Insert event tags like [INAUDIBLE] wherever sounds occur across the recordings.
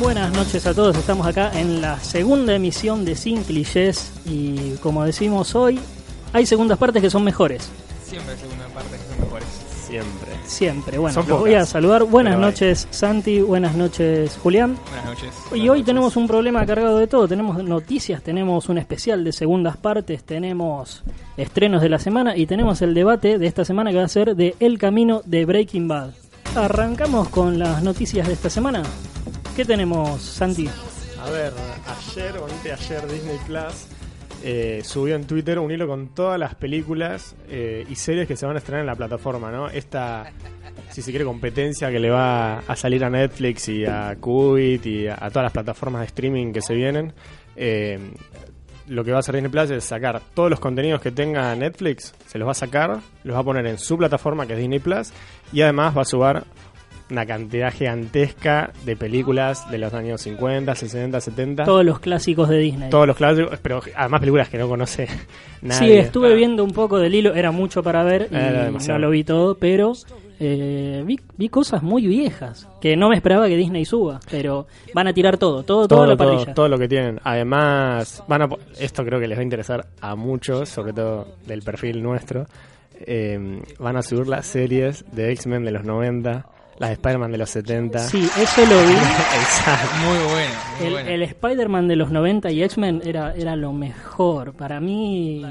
Buenas noches a todos, estamos acá en la segunda emisión de Sin Clichés y como decimos hoy, hay segundas partes que son mejores, Siempre hay segunda parte que son mejores. Siempre. siempre. Bueno, Son los voy pocas, a saludar. Buenas pero hay. noches Santi, buenas noches Julián. Buenas noches. Y hoy tenemos un problema cargado de todo, tenemos noticias, tenemos un especial de segundas partes, tenemos estrenos de la semana y tenemos el debate de esta semana que va a ser de El Camino de Breaking Bad. Arrancamos con las noticias de esta semana. ¿Qué tenemos, Santi? A ver, ayer o anteayer Disney Plus eh, subió en Twitter un hilo con todas las películas eh, y series que se van a estrenar en la plataforma, ¿no? Esta, si se quiere, competencia que le va a salir a Netflix y a Qubit y a, a todas las plataformas de streaming que se vienen. Eh, lo que va a hacer Disney Plus es sacar todos los contenidos que tenga Netflix, se los va a sacar, los va a poner en su plataforma que es Disney Plus y además va a subar una cantidad gigantesca de películas de los años 50, 60, 70. Todos los clásicos de Disney. Todos los clásicos, pero además películas que no conoce nadie. Sí, estuve viendo un poco del hilo, era mucho para ver y Era demasiado. no lo vi todo, pero eh, vi, vi cosas muy viejas que no me esperaba que Disney suba, pero van a tirar todo, todo, toda la todo, todo, parrilla. todo lo que tienen. Además, van a, po- esto creo que les va a interesar a muchos, sobre todo del perfil nuestro. Eh, van a subir las series de X-Men de los 90, las de Spider-Man de los 70. Sí, eso lo [LAUGHS] vi. [LAUGHS] Exacto. Muy bueno, muy El, bueno. el Spider-Man de los 90 y X-Men era, era lo mejor. Para mí,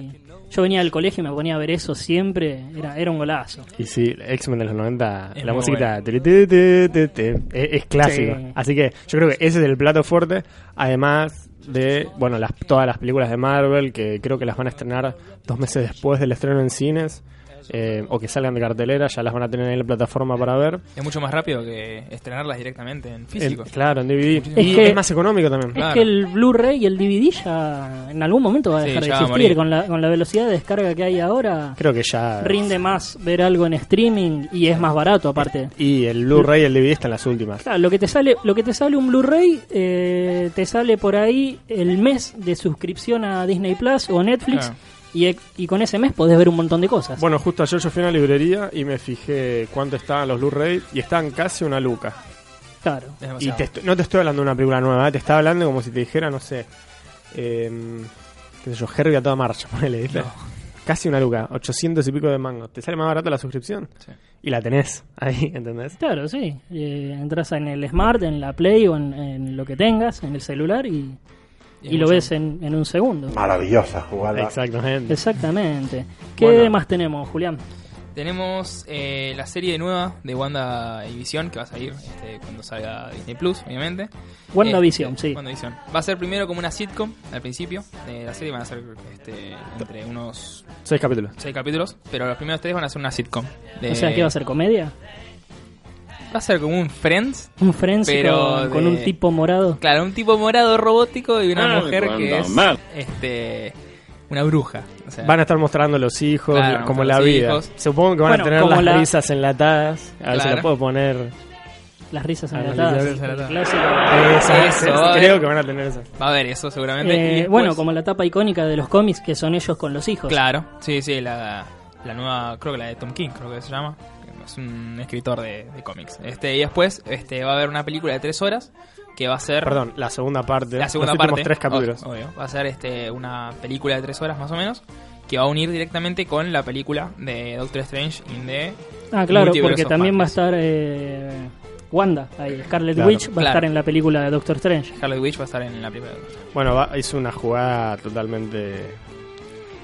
yo venía del colegio y me ponía a ver eso siempre, era, era un golazo. Y sí, X-Men de los 90, Es la muy musiquita tiri, tiri, tiri, tiri, tiri, es, es clásico. Sí. Así que yo creo que ese es el plato fuerte, además de, bueno, las, todas las películas de Marvel, que creo que las van a estrenar dos meses después del estreno en cines, eh, o que salgan de cartelera, ya las van a tener en la plataforma para ver. Es mucho más rápido que estrenarlas directamente en En- físico. claro, en DVD. Es y que- es más económico también. Es Claro. que el Blu-ray y el DVD ya en algún momento va a Sí, dejar de ya va a existir. morir. Con la, con la velocidad de descarga que hay ahora, Creo que ya... rinde más ver algo en streaming y es más barato aparte. Y el Blu-ray y el DVD están las últimas. Claro, lo que te sale, lo que te sale un Blu-ray, eh, te sale por ahí el mes de suscripción a Disney Plus o Netflix Claro. y, y con ese mes podés ver un montón de cosas. Bueno, justo ayer yo fui a una librería y me fijé cuánto estaban los Blu-ray y estaban casi una luca. Claro. Es Y demasiado. te estoy- no te estoy hablando de una película nueva, ¿eh? te estaba hablando como si te dijera, no sé, em, qué sé yo, Herbie a toda marcha, [LAUGHS] ponele, ¿viste? Casi una luca, 800 y pico de mango. Te sale más barato la suscripción Sí. y la tenés ahí, [LAUGHS] ¿entendés? Claro, sí. Eh, entras en el Smart, en la Play o en, en lo que tengas, en el celular y, y Y es lo mucho- ves eh. en, en un segundo. Maravillosa jugada. Exactamente. Exactamente. ¿Qué Bueno. más tenemos, Julián? Tenemos eh, la serie nueva de Wanda y Visión que va a salir este, cuando salga Disney Plus, obviamente. Este, WandaVision, Eh, sí. WandaVision. Va a ser primero como una sitcom al principio de la serie, van a ser este, entre unos Seis capítulos. seis capítulos, pero los primeros tres van a ser una sitcom. de- O sea, ¿qué va a ser? ¿Comedia? Va a ser como un Friends. ¿Un Friends Pero con, de- con un tipo morado? Claro, un tipo morado robótico y Ah, una mujer que es este, una bruja. O sea, Van a estar mostrando los hijos, Claro, la- como mostrando la los vida. hijos. Supongo que van Bueno, a tener como las la- risas enlatadas. A ver si Claro. la puedo poner. Las risas Ah, las enlatadas. risas enlatadas. Clásico. Esas, Eso, eh. esas, va [LAUGHS] a creo haber. que van a tener esas. Va a haber eso seguramente. Eh, y después- bueno, como la tapa icónica de los cómics que son ellos con los hijos. Claro, sí, sí, la, la nueva, creo que la de Tom King, creo que se llama. Es un escritor de, de cómics. Este, y después este, va a haber una película de tres horas que va a ser... Perdón, la segunda parte. la segunda los últimos parte. tres capítulos. Obvio, obvio. Va a ser este, una película de tres horas más o menos que va a unir directamente con la película de Doctor Strange y de... Ah, claro, Multiverso porque también va a Madness. estar eh, Wanda, ahí, Scarlet Claro. Witch va a Claro. estar en la película de Doctor Strange. Scarlet Witch va a estar en la película de Doctor Strange. Bueno, va- hizo una jugada totalmente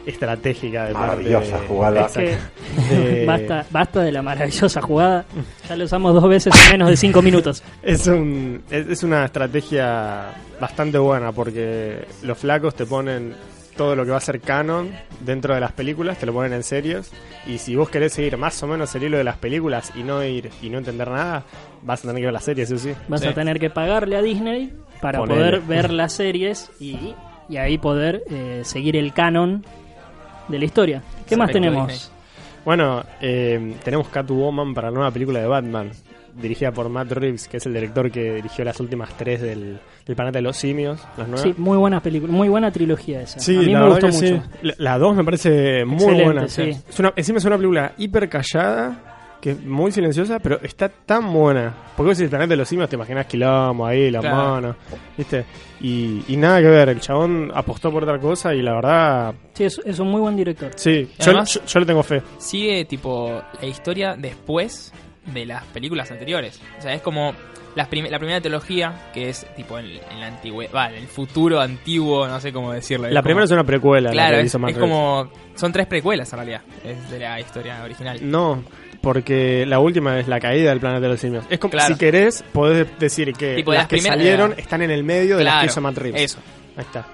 estratégica de Maravillosa parte de- jugada. Exacto. [LAUGHS] [LAUGHS] De- Basta, basta de la maravillosa jugada. Ya lo usamos dos veces en menos de cinco minutos. Es, un, es, es una estrategia bastante buena porque los flacos te ponen todo lo que va a ser canon dentro de las películas, te lo ponen en series y si vos querés seguir más o menos el hilo de las películas y no ir y no entender nada, vas a tener que ver las series, eso sí. Vas Sí. a tener que pagarle a Disney para Ponele. poder ver las series y, y ahí poder eh, seguir el canon de la historia. ¿Qué más Perfecto, tenemos? Disney. Bueno, eh, tenemos Catwoman para la nueva película de Batman, dirigida por Matt Reeves, que es el director que dirigió las últimas tres del, del Planeta de los Simios, las nuevas. Sí, muy buenas películas, muy buena trilogía esa. ¿Eh? Sí, a mí la me verdad gustó que mucho. sí. La- La 2 me parece muy Excelente, buena. sí. Es una- encima es una película hiper callada que es muy silenciosa, pero está tan buena. Porque vos si el planeta de los simios te imaginás quilombo ahí, la Claro. mano, ¿viste? Y, y nada que ver, el chabón apostó por otra cosa y la verdad, Sí, es, es un muy buen director. sí, Y yo, además- yo- yo le tengo fe. sigue tipo la historia después de las películas anteriores. O sea, es como las prim- la primera trilogía, que es tipo en, en la antigüedad, va, en el futuro antiguo, no sé cómo decirlo. Es La como- primera es una precuela, la Claro, que es, hizo Matt es Reeves. como... Son tres precuelas en realidad, es de la historia original. No, porque la última es la caída del planeta de los simios. Es como, Claro. si querés, podés decir que Tipo, las, las que primeras- salieron están en el medio de las que Claro, hizo Matt Reeves. eso. Ahí está.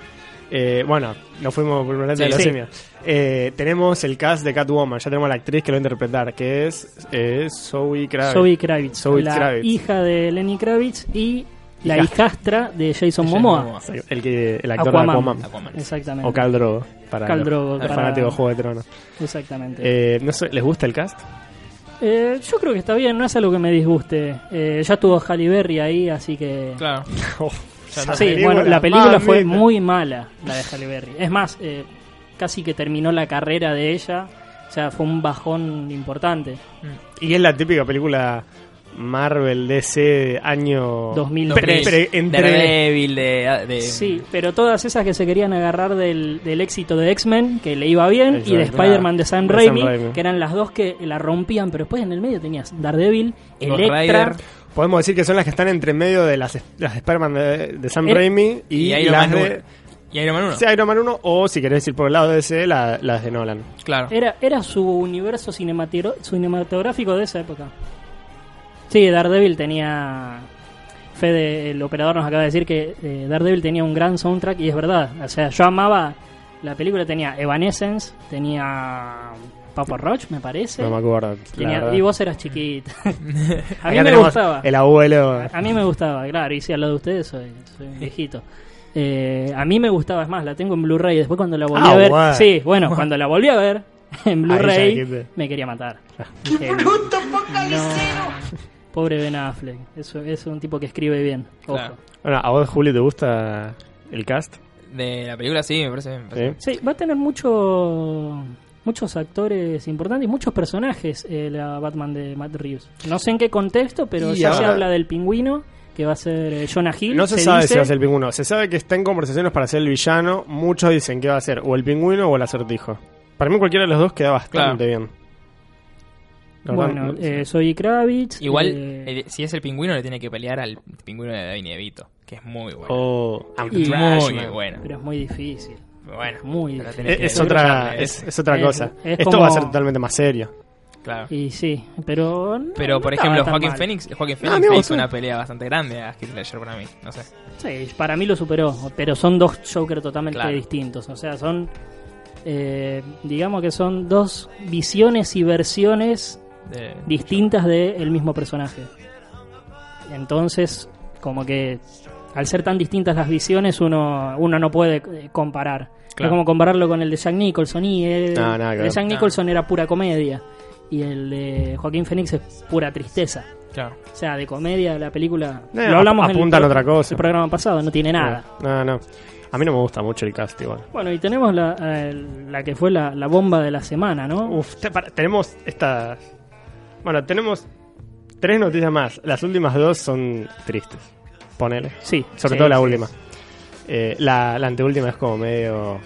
Eh, bueno, nos fuimos por el planeta Sí, de los sí. simios. Eh, tenemos el cast de Catwoman, ya tenemos a la actriz que lo va a interpretar, que es eh, Zoe Kravitz. Zoe Kravitz, Zoe la Kravitz. hija de Lenny Kravitz y la Hijastra. hijastra de Jason Jason Momoa. Momoa. Sí, El, que, el actor Aquaman. de Aquaman. Aquaman. Exactamente. O Cal Drogo, para Khal los- Drogo, los para- fanáticos de Juego de Tronos. Exactamente. Eh. Eh, no sé, ¿les gusta el cast? yo creo que está bien, no es algo que me disguste. Eh, ya estuvo Halle Berry ahí, así que... [LAUGHS] Claro. Oh, Ya Esa no. Sí, película, bueno, la ah, película fue mamita. muy mala, la de Halle Berry. Es más, eh, casi que terminó la carrera de ella. O sea, fue un bajón importante. Y es la típica película Marvel de ese año 2003. pre- pre- entre Daredevil, de... ah, de- Em, Sí, pero todas esas que se querían agarrar del, del éxito de X-Men, que le iba bien, y de Exacto. Spider-Man de Sam De Raimi, Sam Raimi. que eran las dos que la rompían, pero después en el medio tenías Daredevil, Ghost Electra, Rider. podemos decir que son las que están entre medio de las, las Spider-Man de, de Sam Eh, Raimi y, Y, Iron las Man de 1. Y Iron Man 1. sí, Iron Man 1 o si querés ir por el lado de DC la- las de Nolan. Claro. era, era su universo cinematiro- cinematográfico de esa época. Sí, Daredevil tenía... Fede, el operador nos acaba de decir que eh, Daredevil tenía un gran soundtrack y es verdad. O sea, yo amaba... La película tenía Evanescence, tenía Papa Roach, me parece. No me acuerdo. Tenía- la verdad. y vos eras [LAUGHS] chiquita. a Acá mí me tenemos gustaba. El abuelo. A mí me gustaba, claro. Y si al lado de ustedes soy, soy un viejito. Eh, a mí me gustaba, es más, la tengo en Blu-ray. Después cuando la volví Ah, a ver... guay. Sí, bueno, [LAUGHS] cuando la volví a ver en Ahí ya Blu-ray dijiste. me quería matar. [LAUGHS] Dije, "No". [LAUGHS] Pobre Ben Affleck. Es, es un tipo que escribe bien. Ojo. Claro. Bueno, a vos Julio te gusta el cast? De la película sí, me parece. me parece. ¿Sí? Sí, va a tener mucho, muchos actores importantes y muchos personajes eh, la Batman de Matt Reeves. No sé en qué contexto, pero Y ya se ahora- habla del pingüino, que va a ser eh, Jonah Hill. No se, sabe dice. si va a ser el pingüino. Se sabe que está en conversaciones para ser el villano. Muchos dicen que va a ser o el pingüino o el acertijo. Para mí cualquiera de los dos queda bastante bien. La verdad, Bueno, no- eh, soy Kravitz. Igual, eh, eh, si es el pingüino, le tiene que pelear al pingüino de Danny DeVito, que es muy bueno. Oh. o y- muy bueno. pero es muy difícil. Bueno, Muy pero difícil. tenés Es, que- es otra, es, es otra Es- cosa. es Esto como- va a ser totalmente más serio. Claro. Y sí, pero. no- Pero, no por estaba ejemplo, tan Joaquin mal. Phoenix, Joaquin a mí Phoenix me le gustó. hizo una pelea bastante grande a Heath Ledger para mí. No sé. Sí, para mí lo superó, pero son dos Joker totalmente Claro. distintos. O sea, son. eh, digamos que son dos visiones y versiones De- distintas del mismo personaje. Entonces, como que al ser tan distintas las visiones, uno, uno no puede eh, comparar. Claro. Es como compararlo con el de Jack Nicholson. Y el, No, nada que el de ver. Jack No. Nicholson era pura comedia. Y el de Joaquín Phoenix es pura tristeza. Claro. O sea, de comedia la película. Eh, lo hablamos apuntan en el, otra cosa. el programa pasado, no tiene nada. No, no. A mí no me gusta mucho el cast igual. Bueno, y tenemos la, eh, la que fue la, la bomba de la semana, ¿no? Uf, te- para- tenemos estas... Bueno, tenemos tres noticias más. Las últimas dos son tristes. Ponele. Sí. Sobre sí, todo la sí, última. Eh, la, la anteúltima es como medio... Mm.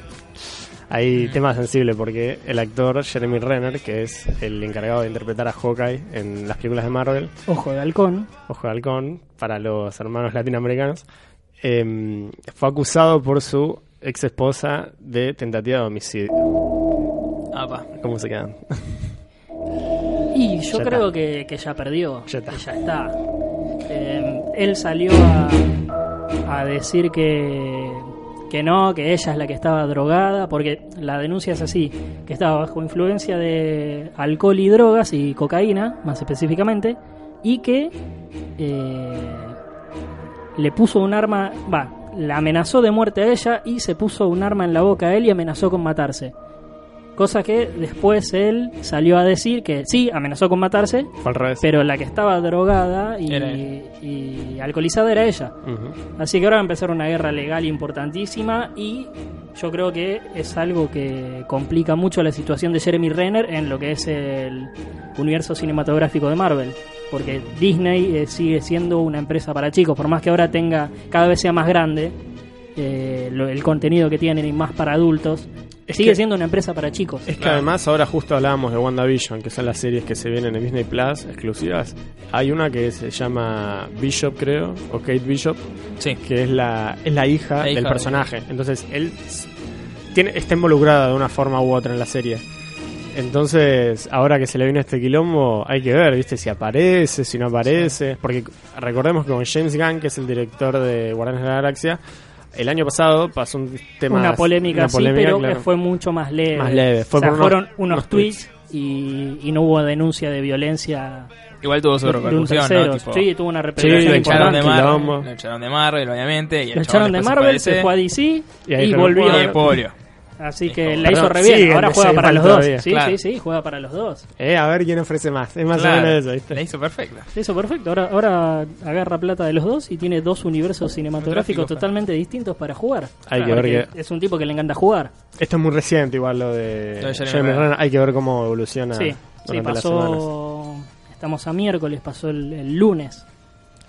Hay tema sensible porque el actor Jeremy Renner, que es el encargado de interpretar a Hawkeye en las películas de Marvel, Ojo de halcón. Ojo de Halcón, para los hermanos latinoamericanos, eh, fue acusado por su ex esposa de tentativa de homicidio. Ah, pa. ¿Cómo se quedan? [LAUGHS] Y yo Ya creo está. que, que ya perdió. Ya está. que ya está. Eh, él salió a, a decir que, que no, que ella es la que estaba drogada, porque la denuncia es así, que estaba bajo influencia de alcohol y drogas y cocaína, más específicamente, y que eh, le puso un arma, va, la amenazó de muerte a ella y se puso un arma en la boca a él y amenazó con matarse. Cosa que después él salió a decir que sí, amenazó con matarse, Fue al revés. pero la que estaba drogada y, Era y alcoholizada era ella. Ujú. Así que ahora va a empezar una guerra legal importantísima y yo creo que es algo que complica mucho la situación de Jeremy Renner en lo que es el universo cinematográfico de Marvel. Porque Disney eh, sigue siendo una empresa para chicos, por más que ahora tenga cada vez sea más grande eh, lo- el contenido que tienen y más para adultos, Es sigue que- siendo una empresa para chicos. Es que Claro. además ahora justo hablábamos de WandaVision, que son las series que se vienen en Disney Plus, exclusivas. Hay una que se llama Bishop, creo, o Kate Bishop, Sí. que es la, es la hija La del hija de- personaje. Entonces, él s- tiene, está involucrada de una forma u otra en la serie. Entonces, ahora que se le viene este quilombo, hay que ver, ¿viste? Si aparece, si no aparece. Porque recordemos que con James Gunn, que es el director de Guardianes de la Galaxia, el año pasado pasó un tema. una polémica, una sí, pero claro. que fue mucho más leve. Más leve. Fue O sea, por unos- fueron unos, unos tweets, y, y no hubo denuncia de violencia Igual tuvo su de un repercusión, tercero. ¿no? Tipo, sí, tuvo una Sí, repercusión lo sí, echaron importante. de quilombo. Marvel, lo echaron de Marvel, obviamente. Y el Lo chabón echaron de después Marvel, se aparece fue a DC Y y, ahí fue volvió. el y de polio. Así Es que como- la hizo Perdón, re bien. siguen, Ahora me juega siguen para los mal dos. todavía. Sí, Claro. sí, sí, juega para los dos. Eh, a ver quién ofrece más. Es más o Claro, menos eso, ¿viste? La hizo perfecta. Eso, perfecto. Ahora, ahora agarra plata de los dos y tiene dos universos cinematográficos Cinematográficos, claro. totalmente distintos para jugar. Hay que Claro, ver que. Porque Es un tipo que le encanta jugar. Esto es muy reciente, igual lo de. Lo de Jeremy Jeremy Renner. Renner. Hay que ver cómo evoluciona. sí, sí, durante las semanas. pasó. Estamos a miércoles, pasó el, el lunes.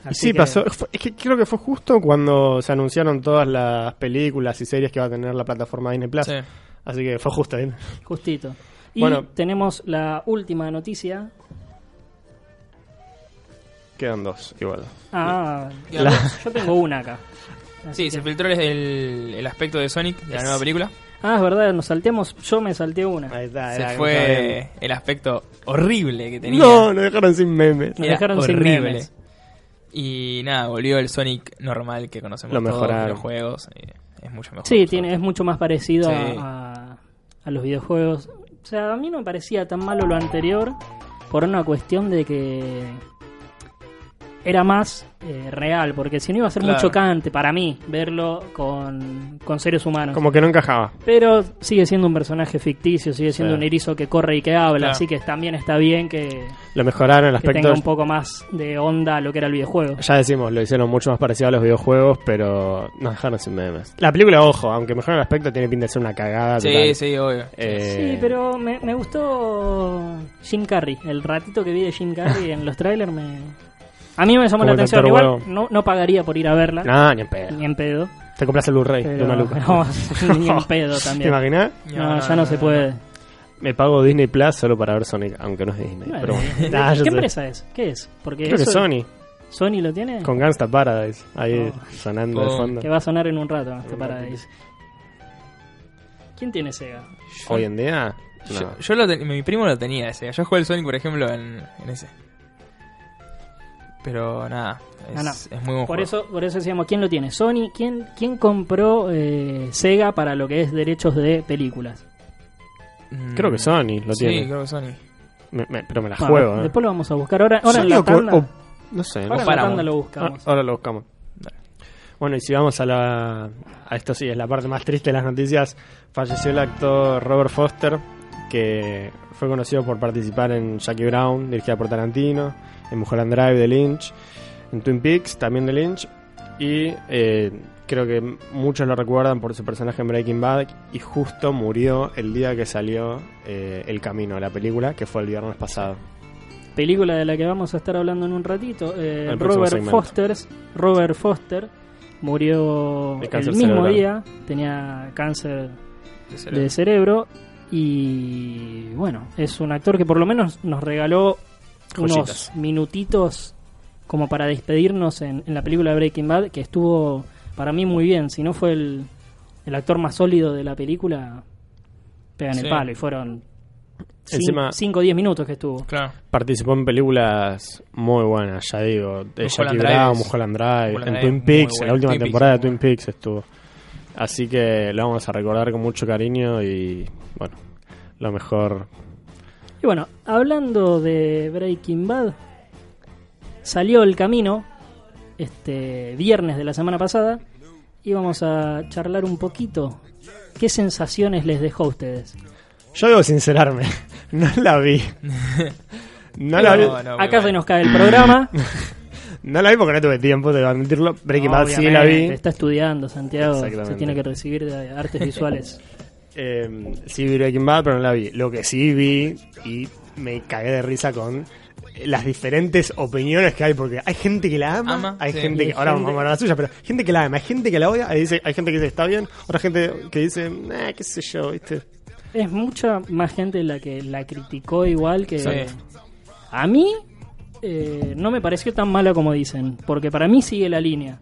Y Así sí, que- pasó. fue- Es que creo que fue justo cuando se anunciaron todas las películas y series que va a tener la plataforma Disney Plus. Sí. Así que fue justo ahí. Justito. Y Bueno. tenemos la última noticia. Quedan dos, igual. Ah, La- yo tengo una acá. Así Sí, que- se filtró el, el aspecto de Sonic de la nueva película. Ah, es verdad, nos salteamos. Yo me salteé una. Ahí está, era Se un fue el aspecto horrible que cabrón. tenía. No, nos dejaron sin memes. Nos Era dejaron sin memes. Y nada, volvió el Sonic normal que conocemos Lo todos mejoraron. de los juegos. eh, Es mucho mejor. Sí, tiene, es mucho más parecido a- Sí. a, a los videojuegos. O sea, a mí no me parecía tan malo lo anterior por una cuestión de que era más eh, real, porque si no iba a ser muy Claro. chocante para mí verlo con, con seres humanos. Como que no encajaba. Pero sigue siendo un personaje ficticio, sigue siendo Sí. un erizo que corre y que habla, Claro. así que también está bien que, Lo mejoraron el que aspecto. tenga un poco más de onda a lo que era el videojuego. Ya decimos, lo hicieron mucho más parecido a los videojuegos, pero nos dejaron sin memes. La película, ojo, aunque mejora el aspecto, tiene pinta de ser una cagada. Sí, total. sí, obvio. Eh, Sí, pero me, me gustó Jim Carrey. El ratito que vi de Jim Carrey en los trailers me... A mí me llamó Como la el atención. Dr. Igual Huevo. no, no pagaría por ir a verla. No, ni en pedo. Ni en pedo. Te compras el Blu-ray de pero- una luca. [LAUGHS] no, [LAUGHS] ni en pedo ¿Te también. No, imaginas? ya no, se puede. Me pago Disney Plus solo para ver Sonic, aunque no es Disney. Bueno, pero bueno. ¿de- Nah, [LAUGHS] yo ¿Qué Ah, sé. empresa es? ¿Qué es? Porque Creo que eso- Sony, ¿Sony lo tiene? con Gangsta Paradise, ahí Oh. sonando de Oh. fondo. Que va a sonar en un rato, hasta Paradise. ¿Quién tiene Sega? Yo- Hoy en día, no. Yo, yo lo ten- mi primo lo tenía ese. Yo jugué el Sonic, por ejemplo, en, en ese. Pero nada, es, No, no. es muy Por buen juego. eso, por eso decíamos, ¿quién lo tiene? Sony. ¿Quién, quién compró eh, Sega para lo que es derechos de películas? Mm, Creo que Sony lo sí, tiene. creo que Sony. Me- me- pero me la Bueno, juego, ¿eh? Después lo vamos a buscar. Ahora, ahora en Sony la o co- tanda, o- No sé, no ahora en la Paramount. tanda lo Ah, buscamos. Ahora lo buscamos. Dale. Bueno, y si vamos a la. A esto sí, es la parte más triste de las noticias. Falleció el actor Robert Foster, que fue conocido por participar en Jackie Brown, dirigida por Tarantino, en Mujer and Drive de Lynch, en Twin Peaks también de Lynch, y eh, creo que muchos lo recuerdan por su personaje en Breaking Bad, y justo murió el día que salió eh, El Camino, la película, que fue el viernes pasado. Película de la que vamos a estar hablando en un ratito. eh, ah. El próximo Robert segmento. Foster, Robert Foster murió De el cáncer mismo cerebral. día. Tenía cáncer De ser- de cerebro y bueno, es un actor que por lo menos nos regaló unos Joyitas. minutitos como para despedirnos en, en la película Breaking Bad, que estuvo para mí muy bien, si no fue el, el actor más sólido de la película, pegan Sí. el palo y fueron Encima- 5 o 10 minutos que estuvo. Claro. Participó en películas muy buenas, ya digo, de Mulholland Jackie Drive Brown, es- Mulholland Drive, Mulholland en Drive Twin es muy Peaks, en buena. la última Twin Peaks temporada es de muy Twin Peaks estuvo. Así que lo vamos a recordar con mucho cariño y, bueno, lo mejor. Y bueno, hablando de Breaking Bad, salió El Camino este viernes de la semana pasada y vamos a charlar un poquito. ¿Qué sensaciones les dejó a ustedes? Yo debo sincerarme, [LAUGHS] no la [LAUGHS] vi. No la vi. No, no, muy Acá se mal. nos cae el programa. No la vi porque no tuve tiempo, debo admitirlo. Breaking Bad sí la Obviamente, vi. Está estudiando, Santiago. Se Exactamente. tiene que recibir de artes visuales. Eh, sí vi Breaking Bad, pero no la vi. Lo que sí vi y me cagué de risa con las diferentes opiniones que hay, porque hay gente que la ama, Ama, hay sí. gente Y que, hay ahora gente- vamos a hablar de la suya, pero gente que la ama, hay gente que la odia, ahí dice, hay gente que dice está bien, otra gente que dice, nah, qué sé yo, viste. Es mucha más gente la que la criticó igual que... Sí. A mí eh, no me pareció tan mala como dicen, porque para mí sigue la línea.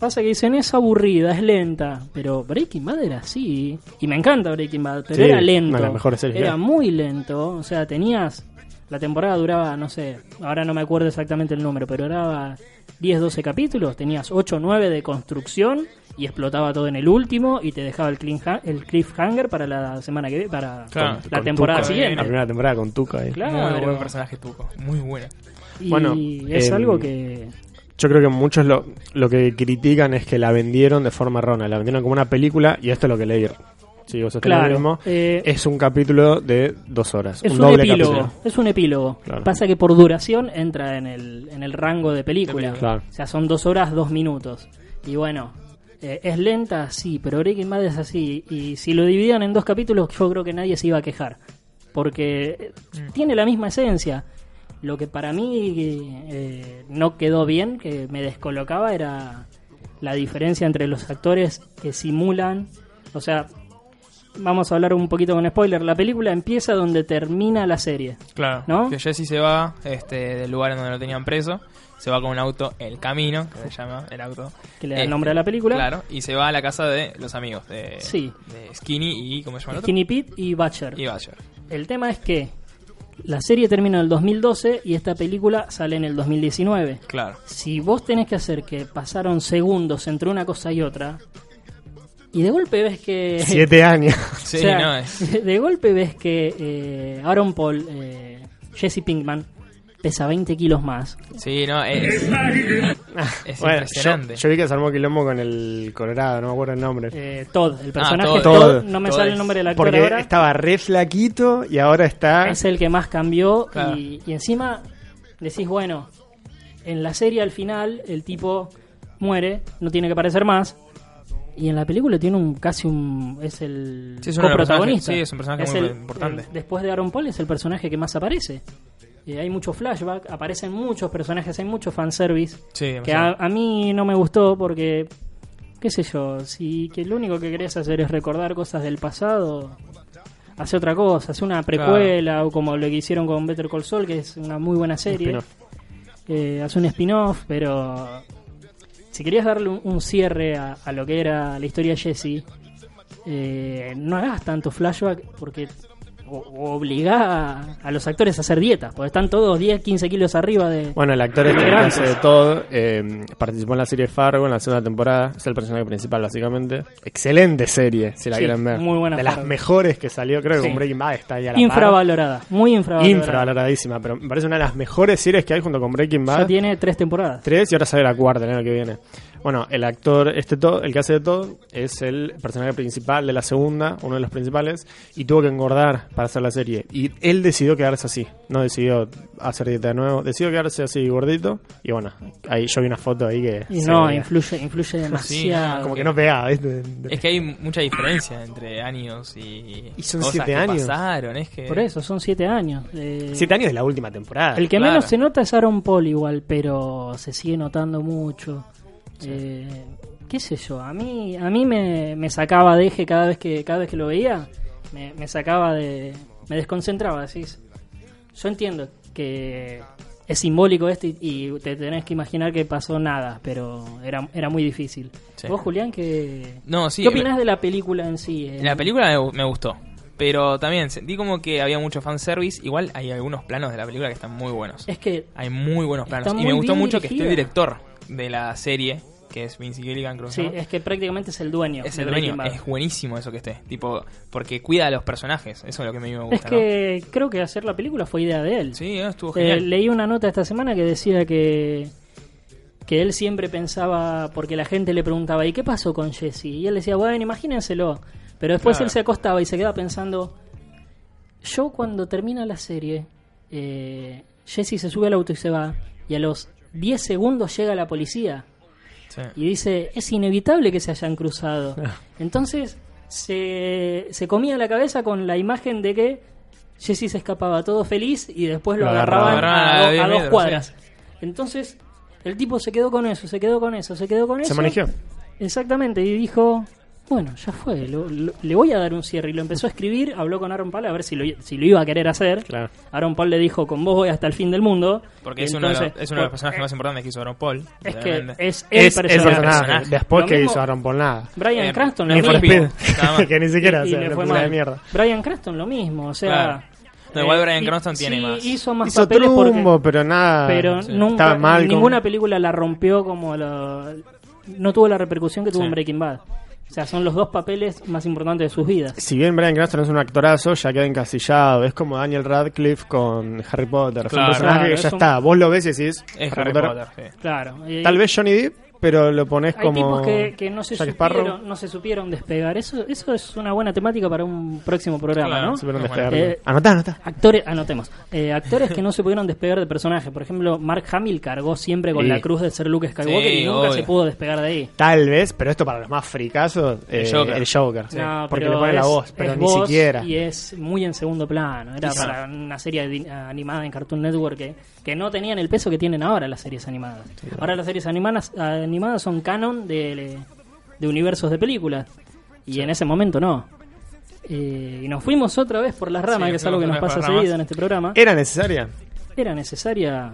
Pasa que dicen es aburrida, es lenta, pero Breaking Bad era así. Y me encanta Breaking Bad, pero Sí, era una lento. de las mejores series que era hay. muy lento, o sea, tenías... La temporada duraba, no sé, ahora no me acuerdo exactamente el número, pero duraba 10, 12 capítulos, tenías 8, 9 de construcción y explotaba todo en el último y te dejaba el, clingha- el cliffhanger para la semana que viene, para Claro. la Con temporada Tuca, siguiente. La primera temporada con Tuca. ahí. Claro. Muy buen personaje Tuco. Muy bueno. Y Bueno, es em, algo que. Yo creo que muchos lo, lo que critican es que la vendieron de forma errónea, la vendieron como una película y esto es lo que leí. Sí, vos sostenés lo Claro. mismo. eh, es, Es un capítulo de dos horas. un, un doble epílogo. capítulo. Es un epílogo. Claro. Pasa que por duración entra en el, en el rango de película. De película. Claro. O sea, son dos horas, dos minutos. Y bueno, eh, es lenta, sí, pero Breaking Bad es así. Y si lo dividían en dos capítulos, yo creo que nadie se iba a quejar. Porque eh, tiene la misma esencia. Lo que para mí eh, no quedó bien, que me descolocaba, era la diferencia entre los actores que simulan. O sea, vamos a hablar un poquito con spoiler. La película empieza donde termina la serie. Claro. ¿No? Que Jesse se va este, del lugar en donde lo tenían preso. Se va con un auto, El Camino, que se llama el auto. Que le da el Este, nombre a la película. Claro. Y se va a la casa de los amigos. De, Sí. de Skinny y. ¿Cómo se llama el otro? Skinny Pete y Butcher. Y Badger. El tema es que la serie termina en el 2012 y esta película sale en el 2019. Claro. Si vos tenés que hacer que pasaron segundos entre una cosa y otra, y de golpe ves que... Siete años. [LAUGHS] Sí, o sea, no, es. [LAUGHS] De golpe ves que eh, Aaron Paul, eh, Jesse Pinkman, pesa 20 kilos más. Sí, no, es. es Bueno, impresionante. Yo, yo vi que se armó quilombo con el Colorado, no me acuerdo el nombre. Eh, Todd, el personaje Ah, Todd. Todd, Todd. no me Todd sale es- el nombre del actor Porque ahora. estaba re flaquito y ahora está. es el que más cambió Claro. y, y encima decís, bueno, en la serie al final el tipo muere, no tiene que aparecer más. Y en la película tiene un casi un es el Sí, es uno de los coprotagonista. personajes- sí, es un personaje muy importante. el- después de Aaron Paul es el personaje que más aparece. Eh, hay mucho flashback, aparecen muchos personajes, hay mucho fanservice. Sí, Que a, demasiado. a mí no me gustó porque, qué sé yo, si que lo único que querés hacer es recordar cosas del pasado, hace otra cosa, hace una precuela o como lo que hicieron con Better Call Saul, que es una muy buena serie, Spin-off. eh, hace un spin-off, pero si querías darle un, un cierre a, a lo que era la historia de Jesse, eh, no hagas tanto flashback porque o- o obligá a, a los actores a hacer dietas, porque están todos 10, 15 kilos arriba de... Bueno, el actor este que Grandes. hace de todo eh, participó en la serie Fargo en la segunda temporada. Es el personaje principal, básicamente. Excelente serie, si la Sí, quieren ver. muy buena de Fargo. las mejores que salió, creo que Sí. con Breaking Bad está ahí a la par. Infravalorada, muy infravalorada. Infravaloradísima, pero me parece una de las mejores series que hay junto con Breaking Ya Bad. tiene tres temporadas. ¿Ah? Tres y ahora sale la cuarta el año que viene. Bueno, el actor, este todo, el que hace de todo, es el personaje principal de la segunda, uno de los principales, y tuvo que engordar para hacer la serie. Y él decidió quedarse así, no decidió hacer dieta de nuevo, decidió quedarse así gordito, y bueno, ahí yo vi una foto ahí que... Y se no, veía. influye, influye demasiado. como que no pegaba, ¿viste? Es que hay mucha diferencia entre años y. Y son cosas siete que años. pasaron, es que. Por eso, son siete años. eh, Siete años de la última temporada. el que Claro. menos se nota es Aaron Paul igual, pero se sigue notando mucho. Eh, qué sé yo, a mí, a mí me, me sacaba de eje cada vez que, cada vez que lo veía, me, me sacaba de... me desconcentraba, decís. Yo entiendo que es simbólico esto y, y te tenés que imaginar que pasó nada, pero era, era muy difícil. Sí. Vos, Julián, que... No, sí. ¿Qué opinas de la película en sí? eh? La película me, gu- me gustó. Pero también sentí como que había mucho fanservice. Igual hay algunos planos de la película que están muy buenos. Es que Hay muy buenos Está planos. Y muy me gustó bien mucho que esté el dirigida. director de la serie, que es Vince Gilligan, creo que se sí, llama. es que prácticamente es el dueño. Es de el Breaking dueño. Bad. Es buenísimo eso que esté. Tipo, porque cuida a los personajes. Eso es lo que a mí me Es gusta. que creo que hacer la película fue idea de él. ¿no? Sí, no, estuvo Eh, genial. leí una nota esta semana que decía que que él siempre pensaba porque la gente le preguntaba ¿y qué pasó con Jesse? Y él decía bueno imagínenselo, pero después Claro. él se acostaba y se quedaba pensando Yo cuando termina la serie, eh, Jesse se sube al auto y se va, y a los 10 segundos llega la policía Sí. y dice, es inevitable que se hayan [LAUGHS] cruzado. Entonces se, se comía la cabeza con la imagen de que Jesse se escapaba todo feliz y después lo Lo Ah, agarraban, agarraban a a do- a, 10 dos metros, cuadras. Entonces el tipo se quedó con eso, se quedó con eso, se quedó con Se eso. manejó. Exactamente, y dijo, bueno, ya fue, lo- lo- le voy a dar un cierre. Y lo empezó a escribir, habló con Aaron Paul a ver si lo, si lo iba a querer hacer. Claro. Aaron Paul le dijo, con vos voy hasta el fin del mundo. Porque Y es, uno de los- entonces- es uno de los personajes más importantes que hizo Aaron Paul. Es que realmente. es el es personaje. el personaje. personaje. Después Lo que mismo- hizo Aaron Paul nada. Brian Eh, Cranston, lo Ni for mismo. Speed. Nada más. [LAUGHS] que ni siquiera. o Y sea, le una fue película de mal. mierda. Brian Cranston lo mismo, o sea... eh, Claro. No, igual Bryan Cranston y- tiene sí, más. Hizo más Hizo papeles porque- Trumbo, pero nada. pero sí. nunca, Estaba mal con- ninguna película la rompió como la... No tuvo la repercusión que tuvo Sí. en Breaking Bad. O sea, son los dos papeles más importantes de sus vidas. Si bien Brian Cranston es un actorazo, ya queda encasillado. Es como Daniel Radcliffe con Harry Potter. Claro. es un personaje Claro, que ya es un- está. Vos lo ves y decís. Es Harry Potter, sí. Claro. y- Tal vez Johnny Depp, pero lo pones Eh, Hay como. tipos que, que no, se Jack Sparrow. supieron, no se supieron despegar. Eso, eso es una buena temática para un próximo programa, Claro, ¿no? súper. Supieron Muy bueno. despegarlo. Eh, Anotá, anotá. Actores, anotemos. Eh, actores que no se pudieron despegar de personajes. Por ejemplo, Mark Hamill cargó siempre con Sí. la cruz de ser Luke Skywalker Sí, y nunca obvio. se pudo despegar de ahí. Tal vez, pero esto para los más fricasos, El eh, Joker. el Joker. sí. No, porque pero le pone la es- voz, pero es ni voz siquiera. Y es muy en segundo plano. Era Sí. para una serie di- animada en Cartoon Network que, que no tenían el peso que tienen ahora las series animadas. Ahora las series animadas, animadas son canon de, de universos de películas. Y en ese momento no. Eh, y nos fuimos otra vez por las ramas, Sí, que es algo que nos fuimos pasa otra vez seguido por las en ramas. este programa. ¿Era necesaria? ¿Era necesaria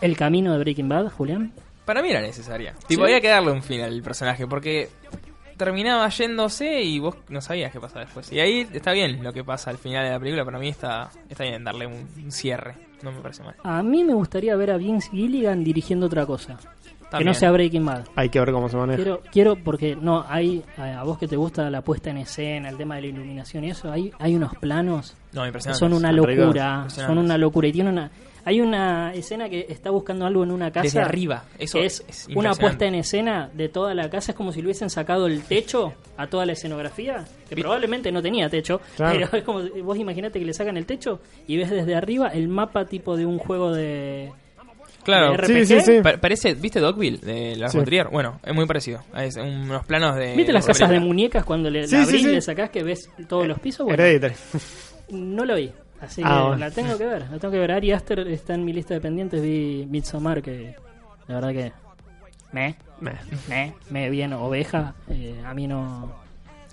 el camino de Breaking Bad, Julián? Para mí era necesaria. Tipo, había que darle un fin al personaje porque terminaba yéndose y vos no sabías qué pasaba después. Y ahí está bien lo que pasa al final de la película. Para mí está, está bien darle un, un cierre. No me parece mal. A mí me gustaría ver a Vince Gilligan dirigiendo otra cosa. Que no También. sea Breaking Bad. Hay que ver cómo se maneja. Quiero, quiero porque no, hay, a vos que te gusta la puesta en escena, el tema de la iluminación y eso, hay, hay unos planos No, que impresionante. son una locura, impresionantes. son una locura. Y tiene una, hay una escena que está buscando algo en una casa. Desde arriba. Eso que es, es una impresionante. puesta en escena de toda la casa, es como si le hubiesen sacado el techo a toda la escenografía, que Vi- probablemente no tenía techo, Claro. pero es como, si- vos imaginate que le sacan el techo y ves desde arriba el mapa tipo de un juego de... Claro, de Sí, sí, RPG. sí. Pa- parece, ¿viste Dogville de la Sí. von Trier? Bueno, es muy parecido. Es un- unos planos de. ¿Viste las de casas de película. muñecas cuando le, Sí, la sí, abrís y sí. le sacás que ves todos los pisos? Bueno, Hereditary. No lo vi. Así que Ah, bueno. la tengo que ver. La tengo que ver. Ari Aster está en mi lista de pendientes. Vi Midsommar, que la verdad que. Me, Meh. me, me bien oveja. eh, a mí no,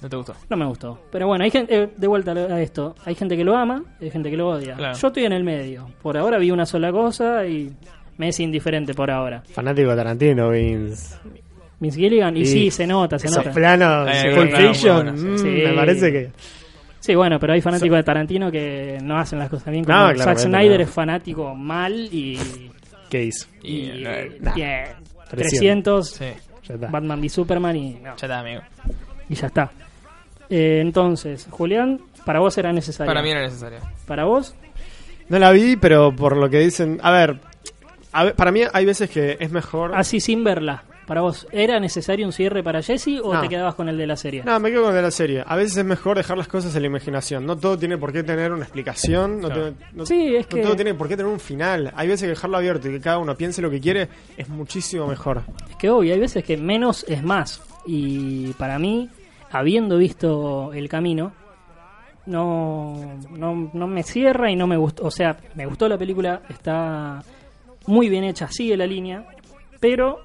No te gustó. no me gustó. Pero bueno, hay gente. eh, de vuelta a esto. Hay gente que lo ama, hay gente que lo odia. Claro. Yo estoy en el medio. Por ahora vi una sola cosa y me es indiferente por ahora. Fanático de Tarantino, Vince. Miss Gilligan, y, Y sí, se nota, se Esos nota. planos, Hay algunos Pulp planos muy Fiction, buenos, mm, sí. Sí. me parece que. Sí, bueno, pero hay fanáticos de Tarantino que no hacen las cosas bien. No, Como Zack claramente Snyder no. es fanático mal y. ¿Qué hizo? Y, y eh, nah. tiene 300, 300. sí, Ya está. Batman v Superman y, no, ya está, amigo. y ya está. Eh, entonces, Julián, para vos era necesario. Para mí era necesario. Para vos, No la vi, pero por lo que dicen. A ver, a ver, para mí hay veces que es mejor. así sin verla. Para vos, ¿era necesario un cierre para Jesse o No. te quedabas con el de la serie? No, me quedo con el de la serie. A veces es mejor dejar las cosas en la imaginación. No todo tiene por qué tener una explicación. No, Claro. tiene- no- Sí, es no que- todo tiene por qué tener un final. Hay veces que dejarlo abierto y que cada uno piense lo que quiere es muchísimo mejor. Es que obvio, hay veces que menos es más. Y para mí, habiendo visto el camino, no, no, no me cierra y no me gustó. O sea, me gustó la película, está muy bien hecha, sigue la línea, pero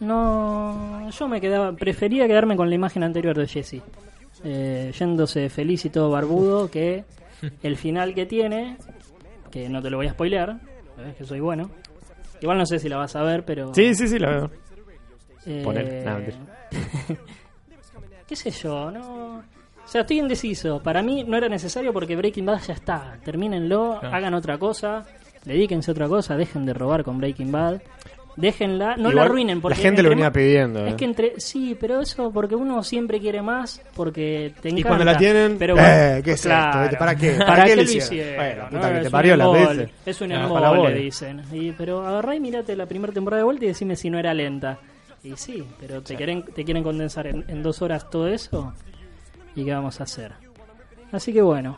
no. Yo me quedaba, prefería quedarme con la imagen anterior de Jesse. eh, yéndose feliz y todo barbudo, que el final que tiene, que no te lo voy a spoilear, ¿ves que soy bueno. Igual no sé si la vas a ver, pero. Sí, sí, sí, la veo. Eh, Poner- no, mentira. [LAUGHS] ¿Qué sé yo? No. O sea, estoy indeciso. Para mí no era necesario porque Breaking Bad ya está. Termínenlo, Ah. Claro. hagan otra cosa, dedíquense a otra cosa, dejen de robar con Breaking Bad. Déjenla, no la Igual, arruinen. Porque la gente entre lo venía más- pidiendo. Es eh. que entre. Sí, pero eso porque uno siempre quiere más, porque te encanta. Y cuando la tienen, Pero eh, bueno, ¿qué es claro. esto? ¿Para qué? [LAUGHS] ¿Para, qué, lo hicieron? Bueno, ¿no? puta que Es te un parió las embole, veces. Es un Claro, embole, Ah, para bola. dicen. Y, pero agarrá y mirate la primera temporada de vuelta y decime si no era lenta. Y sí, pero te quieren te quieren condensar en, en dos horas todo eso. ¿Y qué vamos a hacer? Así que bueno.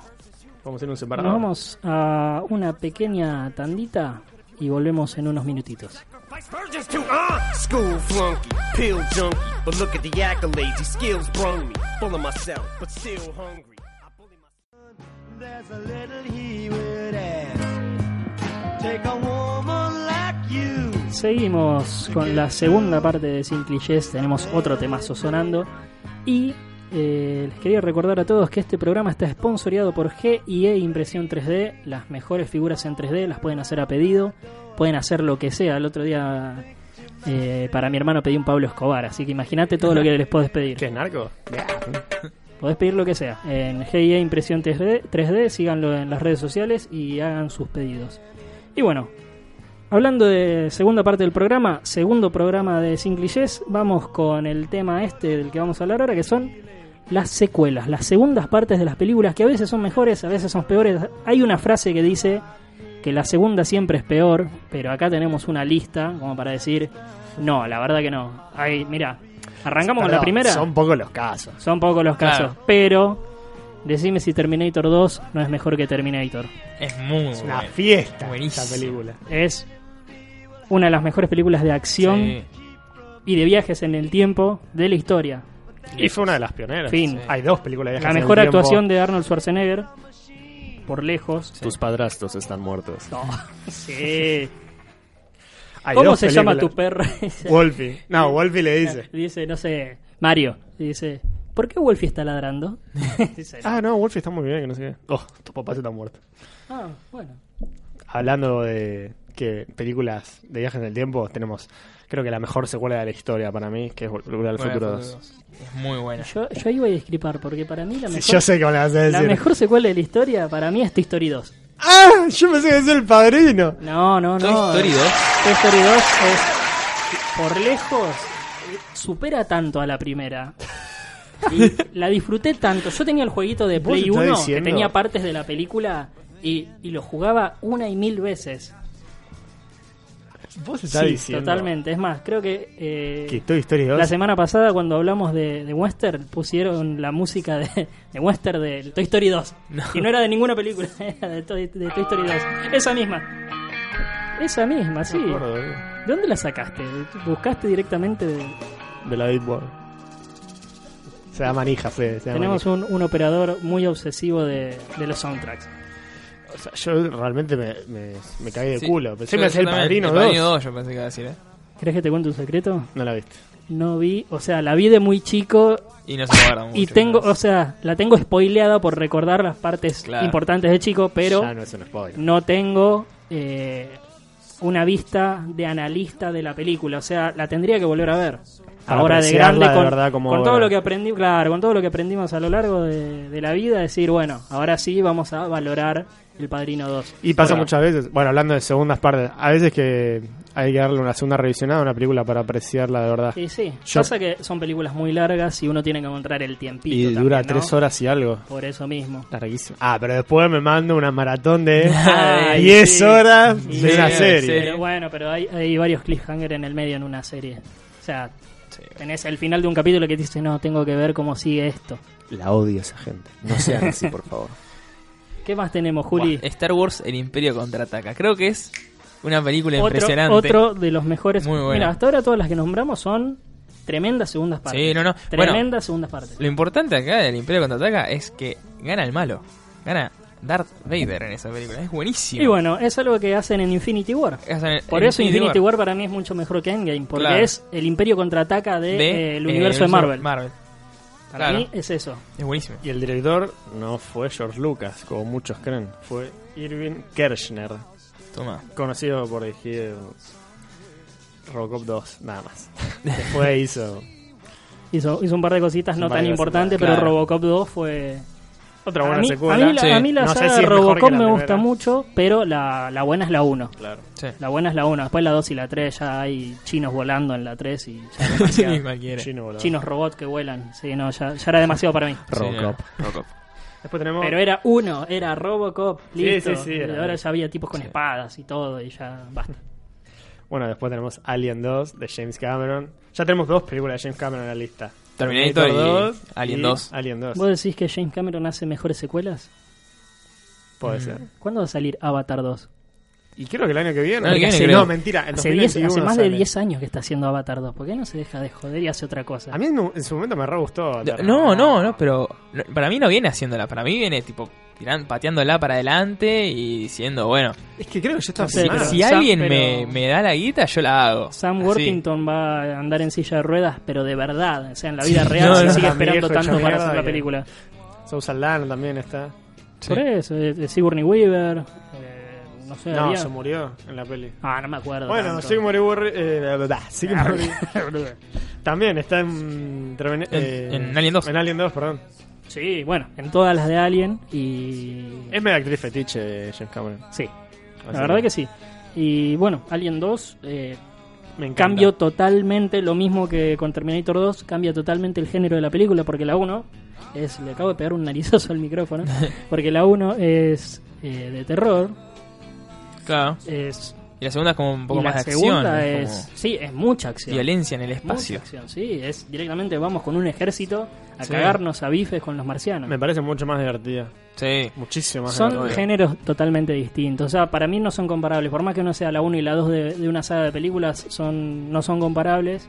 Vamos a hacer un Nos separado. vamos a una pequeña tandita y volvemos en unos minutitos. Vice virgins too, uh! School flunky, pill junkie. But look at the accolades, these skills brung me. Full of myself, but still hungry. I bully myself. There's a little he would ask. Take a woman like you. Seguimos con la segunda parte de Sin Clichés, tenemos otro temazo sonando. Y eh, les quería recordar a todos que este programa está sponsoreado por GIE Impresión 3D. Las mejores figuras en 3D las pueden hacer a pedido, pueden hacer lo que sea. El otro día eh, para mi hermano pedí un Pablo Escobar, así que imagínate todo lo que les podés pedir. ¿Qué es narco? Podés pedir lo que sea. En GIE Impresión 3D, 3D, síganlo en las redes sociales y hagan sus pedidos. Y bueno, hablando de segunda parte del programa, segundo programa de Sin Clichés, vamos con el tema este del que vamos a hablar ahora, que son las secuelas, las segundas partes de las películas, que a veces son mejores, a veces son peores. Hay una frase que dice que la segunda siempre es peor, pero acá tenemos una lista como para decir, no, la verdad que no. Ahí, mira, arrancamos con la Perdón, primera. Son pocos los casos. Son pocos los casos, Claro. pero decime si Terminator 2 no es mejor que Terminator. Es muy Es una bueno. fiesta Buenísimo. esta película. Es una de las mejores películas de acción Sí. y de viajes en el tiempo de la historia. Y fue una de las pioneras. Fin. Hay dos películas de La mejor actuación de Arnold Schwarzenegger, por lejos. Tus padrastros están muertos. No, [LAUGHS] sí. [LAUGHS] Hay ¿Cómo dos se llama tu películas. perro? [LAUGHS] Wolfie. No, Wolfie le dice. dice, no sé, Mario. Dice, ¿por qué Wolfie está ladrando? [LAUGHS] Dice, Ah, no, Wolfie está muy bien, que no sé qué. Oh, tu papá está muerto. ah, bueno. Hablando de que películas de viajes en el tiempo, tenemos creo que la mejor secuela de la historia para mí, que es Volver al Volver al Futuro Futuro 2. 2. Es muy buena. Yo, yo ahí voy a discrepar, porque para mí la mejor... Sí, yo sé que me la vas a decir. La mejor secuela de la historia para mí es Toy Story 2. ¡Ah! Yo pensé que es el padrino. No, no, no. Toy Story 2. Toy Story 2 es, por lejos, supera tanto a la primera. Y la disfruté tanto. Yo tenía el jueguito de ¿Vos Play estás 1 que diciendo? tenía partes de la película y, y lo jugaba una y mil veces. Vos estás Sí, diciendo totalmente. Es más, creo que... eh, que Toy Story 2 la semana pasada cuando hablamos de, de Western pusieron la música de, de Western de Toy Story 2. Y no era de ninguna película, [LAUGHS] era de Toy, de Toy Story 2. Esa misma. Esa misma, sí. Me acuerdo, eh, ¿De dónde la sacaste? ¿Buscaste directamente? de- de la Bitboard. Se da manija, Fede. Se da Tenemos manija. un, un operador muy obsesivo de, de los soundtracks. O sea, yo realmente me, me, me caí de Sí. culo. Pensé que Yo- me hacía el yo también. padrino El 2. Padrino 2 yo pensé que iba a decir, ¿eh? ¿Querés que te cuente un secreto? No la viste. No vi, o sea, la vi de muy chico Y no se acuerda mucho. y tengo, pero- o sea, la tengo spoileada por recordar las partes Claro. importantes de chico, pero... Ya no es un spoiler. no tengo eh, una vista de analista de la película. O sea, la tendría que volver a ver. Para Ahora de apreciarla grande, de con, verdad como con obra. todo lo que aprendí, claro, con todo lo que aprendimos a lo largo de, de la vida, decir, bueno, ahora sí vamos a valorar el Padrino 2. Y pasa Ahora, muchas veces, bueno, hablando de segundas partes, a veces que hay que darle una segunda revisionada a una película para apreciarla de verdad. Sí, sí. Yo- Pasa que son películas muy largas y uno tiene que encontrar el tiempito. Y dura también, ¿no? tres horas y algo. Por eso mismo. Larguísimo. Ah, pero después me mando una maratón [LAUGHS] de Ay, 10 sí. horas Sí, de una sí. serie. Pero bueno, pero hay, hay varios cliffhanger en el medio en una serie. O sea, Sí. tenés el final de un capítulo que te dice, no, tengo que ver cómo sigue esto. La odio esa gente. No [LAUGHS] sean así, por favor. ¿Qué más tenemos, Juli? Buah, Star Wars, El Imperio Contraataca. Creo que es una película otro, impresionante. otro de los mejores. Muy buena. Mira, hasta ahora todas las que nombramos son tremendas segundas partes. Sí, no, no. Bueno. Tremendas segundas partes. Lo importante acá del Imperio Contraataca es que gana el malo. Gana Darth Vader en esa película. Es buenísimo. Y bueno, es algo que hacen en Infinity War. Es en- Por en eso Infinity War. para mí es mucho mejor que Endgame, porque Claro. es el imperio contraataca del de, eh, eh, el universo de Marvel. Marvel. Para claro. mí es eso. Es buenísimo. Y el director no fue George Lucas, como muchos creen. Fue Irving Kershner, Toma. conocido por dirigir Robocop 2, nada más. [LAUGHS] Después hizo Hizo, hizo un par de cositas no Varias tan importantes, pero cositas. Claro. Robocop 2 fue... otra A buena mí, secuela. a mí la, Sí. a mí la No sé saga si de es mejor que Robocop la me primera. gusta mucho, pero la, la buena es la 1. Claro. [LAUGHS] Sí. La buena es la 1, después la 2 y la 3 ya hay chinos volando en la 3 y ya es Sí, demasiado. cualquiera. Chino, boludo. chinos robot que vuelan. Sí, no, ya, ya era demasiado para mí. Sí, Robocop. no, Robocop. Después tenemos Pero era uno, era Robocop, Sí, listo. sí, sí, era. Y ahora ya había tipos con Sí. espadas y todo y ya basta. Bueno, después tenemos Alien 2 de James Cameron. Ya tenemos dos películas de James Cameron en la lista. Terminator y Alien 2. Alien 2. ¿Vos decís que James Cameron hace mejores secuelas? Puede ser. ¿Cuándo va a salir Avatar 2? Y creo que el año que viene. El año que Sí, viene, no, creo. mentira. En Hace, diez- 2021 hace más de sale. 10 años que está haciendo Avatar 2. ¿Por qué no se deja de joder y hace otra cosa? A mí en, un- en su momento me re gustó. Avatar. No, no, no, pero no- para mí no viene haciéndola. Para mí viene tipo tiran, pateándola para adelante y diciendo, bueno, Es que creo que yo estaba Sí, si, pero- filmada. si Sam, alguien pero- me, me da la guita, yo la hago. Ah, Sam Así. Worthington va a andar en silla de ruedas, pero de verdad, o sea, en la vida Sí, real no, se no, sigue tan esperando viejo, tanto hecho para mierda hacer la que- película. Susan Lana también está. Sí. Por eso, eh, eh, Sigourney Weaver, eh, no sé, No, había- se murió en la peli. Ah, no me acuerdo. Bueno, tanto. Sigmund Weaver, eh, la verdad, Sigmund Weaver. También está en, Tremen- eh, en Alien 2. En Alien 2, perdón. Sí, bueno, en todas las de Alien y... Es media actriz fetiche James Cameron. Sí, la verdad que sí. Y bueno, Alien 2, eh, me encanta. cambio totalmente, lo mismo que con Terminator 2, cambia totalmente el género de la película, porque la 1 es, le acabo de pegar un narizazo al micrófono, [LAUGHS] porque la 1 es eh, de terror, Claro. es... Y la segunda es como un poco y la más de acción. segunda es es... como Sí, es mucha acción. violencia en el Mucha espacio. acción, sí, es directamente vamos con un ejército a Sí. cagarnos a bifes con los marcianos. Me parece mucho más divertida. Sí. Muchísimo más Son divertida. géneros totalmente distintos. O sea, para mí no son comparables. Por más que uno sea la 1 y la 2 de, de una saga de películas, son no son comparables.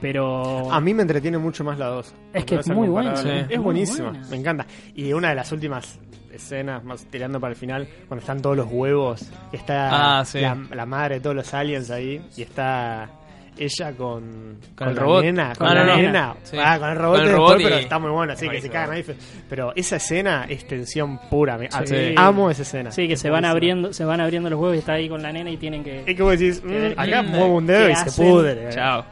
Pero. A mí me entretiene mucho más la 2. Es que No es muy buena, comparable. sí. Es Muy buenísima, buena. me encanta. Y una de las últimas escenas, más tirando para el final, cuando están todos los huevos, está Ah, sí. la, la madre de todos los aliens ahí, y está ella con, el la robot. nena, con Ah, la no, no. nena. Sí. Ah, con el robot, Con el después, robot y- pero está muy bueno, así Es que se buenísimo. cagan ahí. Pero esa escena es tensión pura, me- a- Sí. amo esa escena. Sí, que Es se van buenísima. abriendo, se van abriendo los huevos y está ahí con la nena y tienen que. Es que vos decís, mm, acá Mm, muevo un dedo ¿qué y se hacen? pudre. Chao.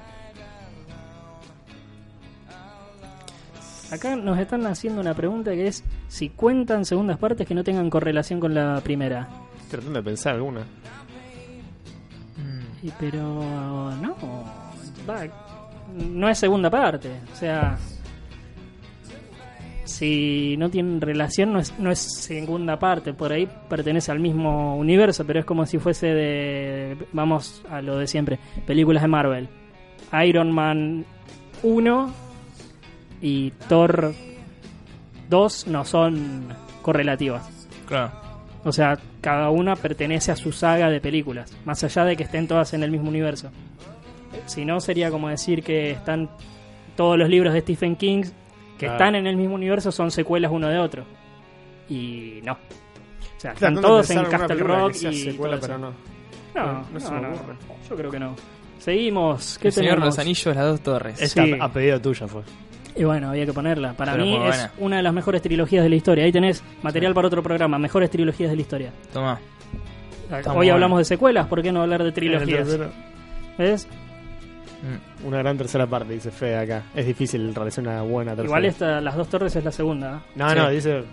Acá nos están haciendo una pregunta que es si cuentan segundas partes que no tengan correlación con la primera. Tratando de pensar alguna. Mm. Y pero no, va, no es segunda parte, o sea, si no tienen relación no es, no es segunda parte, por ahí pertenece al mismo universo, pero es como si fuese de, vamos a lo de siempre, películas de Marvel, Iron Man 1 y Thor 2 no son correlativas. Claro. O sea, cada una pertenece a su saga de películas, más allá de que estén todas en el mismo universo. Eh, Si no, sería como decir que están todos los libros de Stephen King que Claro. están en el mismo universo son secuelas uno de otro. Y no. O sea, están Tratando de todos en pensar alguna Castle película Rock que sea y secuela, todo eso. pero no. No, No, no se me ocurre. Yo creo que no. Seguimos. ¿Qué El Señor de tenemos? los Anillos, las dos torres. Es- Esta Sí. a pedido tuya fue. Y bueno, había que ponerla. Para Pero mí muy es buena. una de las mejores trilogías de la historia. Ahí tenés material para otro programa, mejores trilogías de la historia. Toma. muy Hoy buena. hablamos de secuelas, ¿por qué no hablar de El trilogías? tercero. ¿Ves? Mm. Una gran tercera parte, dice Fede acá. Es difícil realizar una buena tercera. Igual esta, las dos torres es la segunda. ¿eh? No, Sí. no, dice.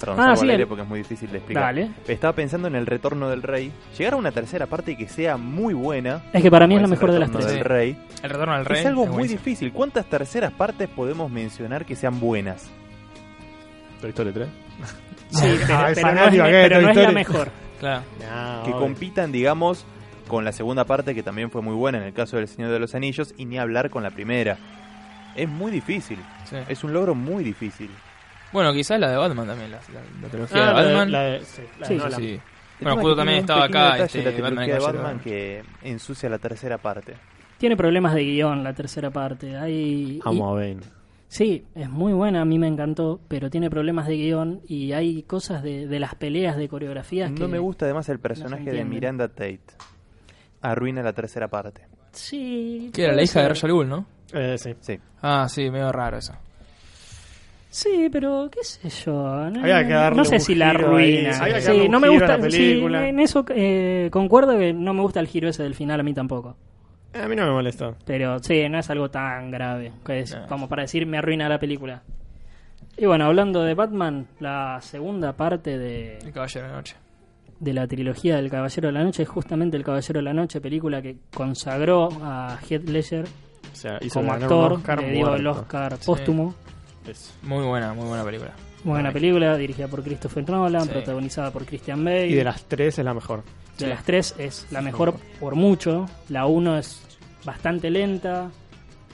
Perdón, Ah, salgo sí, al aire el- porque es muy difícil de explicar. Dale. Estaba pensando en el retorno del rey. Llegar a una tercera parte que sea muy buena. Es que para mí es como la mejor de las Retorno tres. del rey. El retorno al rey. Es algo es muy buenísimo. difícil. ¿Cuántas terceras partes podemos mencionar que sean buenas? Toy Story 3. Sí, pero, Ah, pero esa no es, radio la- acá de pero Toy no es la Story. mejor. Claro. No, Ah, que obvio. compitan, digamos, con la segunda parte que también fue muy buena en el caso del Señor de los Anillos y ni hablar con la primera. Es muy difícil, sí. es un logro muy difícil. Bueno, quizás la de Batman también. La, la- la trilogía Ah, de la de- Batman. la de- sí, la de Sí, Nolan. Sí. El Bueno, tema es justo que tiene también un estaba pequeño acá detalle este, la Batman y trilogía de Caballero. Batman que ensucia la tercera parte. Tiene problemas de guión la tercera parte. Hay, Amo a Bane. Sí, es muy buena, a mí me encantó, pero tiene problemas de guión y hay cosas de, de las peleas, de coreografías que... No me gusta además el personaje de entienden. Miranda Tate. Arruina la tercera parte. Sí. Que era la puede hija de ser. Ra's al Ghul, ¿no? Eh, sí. Sí. Ah, sí, medio raro eso. Sí, pero qué sé yo. No, Había que darle no sé un si la giro arruina. ahí, había que Sí, darle un no me giro a gusta. la sí, película. en eso eh, concuerdo que no me gusta el giro ese del final, a mí tampoco. A mí no me molestó. Pero sí, no es algo tan grave que es No. como para decir me arruina la película. Y bueno, hablando de Batman, la segunda parte El de, Caballero de la Noche. de la trilogía del Caballero de la Noche es justamente El Caballero de la Noche, película que consagró a Heath Ledger O sea, hizo como ganar actor, un Oscar le dio el muerto. Oscar póstumo. Eso. Muy buena, muy buena película. Buena Para mí. película, dirigida por Christopher Nolan, Sí. protagonizada por Christian Bale. Y de las tres es la mejor. De las tres es la mejor por mucho. La uno es bastante lenta.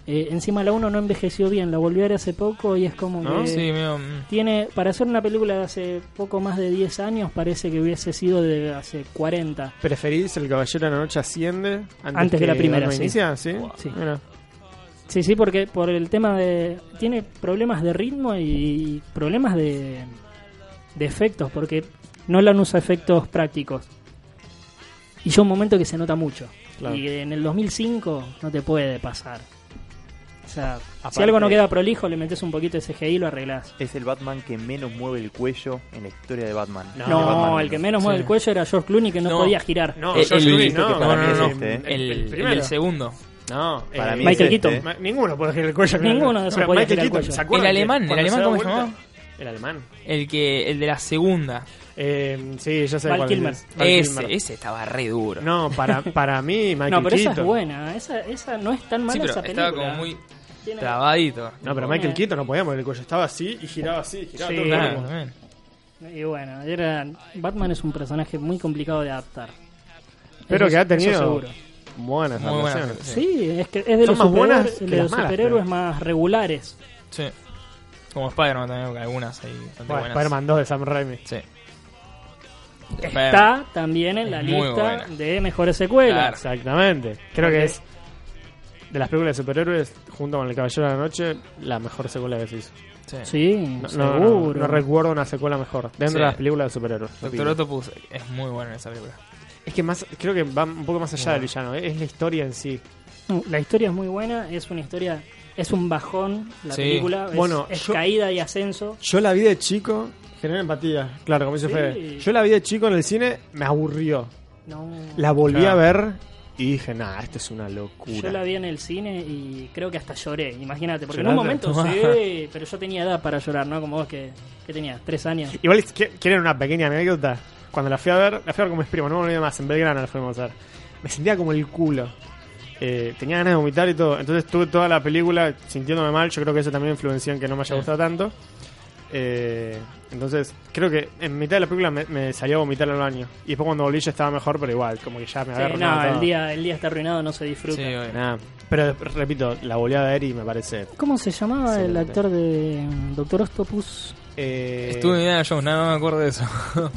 Eh, encima la 1 no envejeció bien, la volví a ver hace poco y es como ¿No? que... Sí, medio, mm. Tiene, para hacer una película de hace poco más de 10 años, parece que hubiese sido de hace 40. ¿Preferís El Caballero de la Noche Asciende antes, Antes de la que primera, Batman sí. Inicia? ¿Sí? Sí. Eh, Mira. Sí, sí, porque por el tema de... Tiene problemas de ritmo y problemas de, de efectos, porque Nolan usa efectos prácticos. Y llega un momento que se nota mucho. Claro. Y en el 2005 no te puede pasar. O sea, si Aparte- algo no queda prolijo, le metes un poquito de CGI y lo arreglás. Es el Batman que menos mueve el cuello en la historia de Batman. No, No, De Batman el que menos mueve Sí. el cuello era George Clooney que no, No. podía girar. No, Eh, George el- Clooney, no, que no, para mí no, es no. este, ¿eh? El, el primero. del segundo. No, Para eh, mí Michael es este, Keaton. ¿eh? Ma- Ninguno puede girar el cuello. Ninguno de esos podía girar el Keaton, cuello. ¿se acuerdan El que alemán, cuando el se alemán, da ¿cómo se vuelta? llamaba? El alemán. El que el de la segunda. Eh, sí, ya sé Val cuál Kilmer. es. Val Kilmer. Ese, ese estaba re duro. Ah, No, para, para [LAUGHS] mí, Michael No, pero esa es Keaton. buena. Esa, esa no es tan mala sí, pero esa película. estaba como muy Tiene- trabadito. No, pero Eh. Michael Keaton no podía mover el cuello. Estaba así y giraba así, giraba Sí. todo el Claro, tiempo. también. Y bueno, era, Batman es un personaje muy complicado de adaptar. Pero Eso- que ha eso tenido seguro. buenas Muy buenas adaptaciones. Sí. Sí, es que es de Son los, más superhéroes- buenas que de los las malas, superhéroes creo. más regulares. Sí. Como Spider-Man también, porque algunas ahí bastante Bueno, buenas. Spider-Man 2 de Sam Raimi. Sí. Está también en la Es muy lista buena. de mejores secuelas. Claro. Exactamente. Creo Ok. que es de las películas de superhéroes, junto con El Caballero de la Noche, la mejor secuela que se hizo. Sí. Sí, No, no, no, seguro. no recuerdo una secuela mejor. Dentro Sí. de las películas de superhéroes. Doctor Octopus es muy bueno en esa película. Es que más, creo que va un poco más allá del villano. ¿eh? Es la historia en sí. No, Mm, La historia es muy buena, es una historia, es un bajón la Sí. película, es, Bueno, es yo- caída y ascenso. Yo la vi de chico, genera empatía, claro, como dice Sí. Fede. Yo la vi de chico en el cine, me aburrió. No, La volví Claro. a ver y dije, nah, esto es una locura. yo la vi en el cine y creo que hasta lloré, imagínate, porque en un ¿Lloraste? momento sí, pero yo tenía edad para llorar, ¿no? Como vos que, que tenías, tres años. Igual, si qui- ¿quieren una pequeña anécdota? Cuando la fui a ver, la fui a ver con mis primos, no me olvido más, en Belgrano la fuimos a ver. Me sentía como el culo. Eh, tenía ganas de vomitar y todo. Entonces tuve toda la película sintiéndome mal. Yo creo que eso también influenció en que no me haya gustado tanto. Eh, entonces, creo que en mitad de la película me, me salió a vomitar al baño. Y después cuando volví ya estaba mejor, pero igual, como que ya me Sí, agarro. no, el día, el día está arruinado, no se disfruta. Sí, obvio. Nada. Pero repito, la volví a ver y me parece. ¿Cómo se llamaba el Excelente. actor de mm, Doctor Octopus? eh, Estuve en Indiana Jones, nada, no me acuerdo de eso.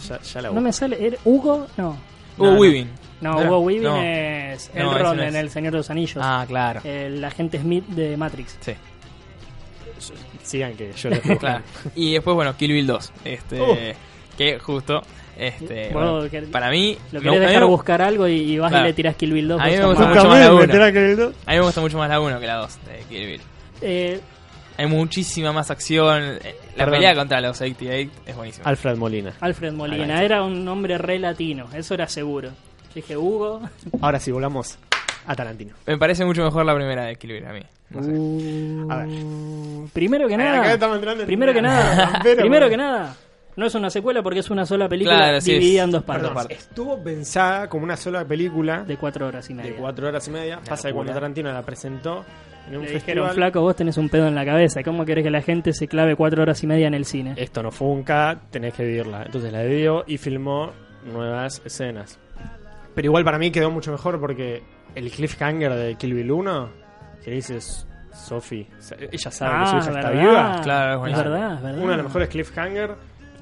Ya, ya la No me sale, ¿era Hugo? No. Hugo no. Weaving. No, No, Hugo Weaving no. es No, ese Elrond no es. en El Señor de los Anillos. Ah, claro. El agente Smith de Matrix. Sí, Sigan que [LAUGHS] yo les juro. [LAUGHS] claro. Y después, bueno, Kill Bill 2. Este, Uh. Que justo, este, Vos bueno, quer- para mí... Lo me- querés a mí dejar me- buscar algo y, y vas Claro. y le tirás Kill Bill 2. A mí me vos gustó sos mucho más la También, 1. meterá que el dos. A mí me gusta mucho más la 1 que la 2 de Kill Bill. más- Eh, Hay muchísima más acción. eh, La Perdón. pelea contra los 88 es buenísima. Alfred Molina. Alfred Ahí Molina está. era un nombre re latino, eso era seguro. Yo Dije Hugo. Ahora sí, volamos a Tarantino. Me parece mucho mejor la primera de Kill Bill a mí. No Uh, sé. A ver. Primero que Acá nada, estamos entrando en- primero que nada, [LAUGHS] Pero, primero bueno. que nada, no es una secuela porque es una sola película Claro, sí, dividida es- en dos perdón, partes parte. Estuvo pensada como una sola película de cuatro horas y de media. cuatro horas y media. Pasa que cuando Tarantino la presentó en un Le dijeron, festival. flaco, vos tenés un pedo en la cabeza. ¿Cómo querés que la gente se clave cuatro horas y media en el cine? Esto no funca, tenés que vivirla. Entonces la vivió y filmó nuevas escenas. Pero igual para mí quedó mucho mejor porque el cliffhanger de Kill Bill 1, que dices, Sophie, ella sabe que su hija ah, está Ah, ¿verdad? viva. Claro, es es buenísimo. verdad, es verdad. Uno de los mejores cliffhanger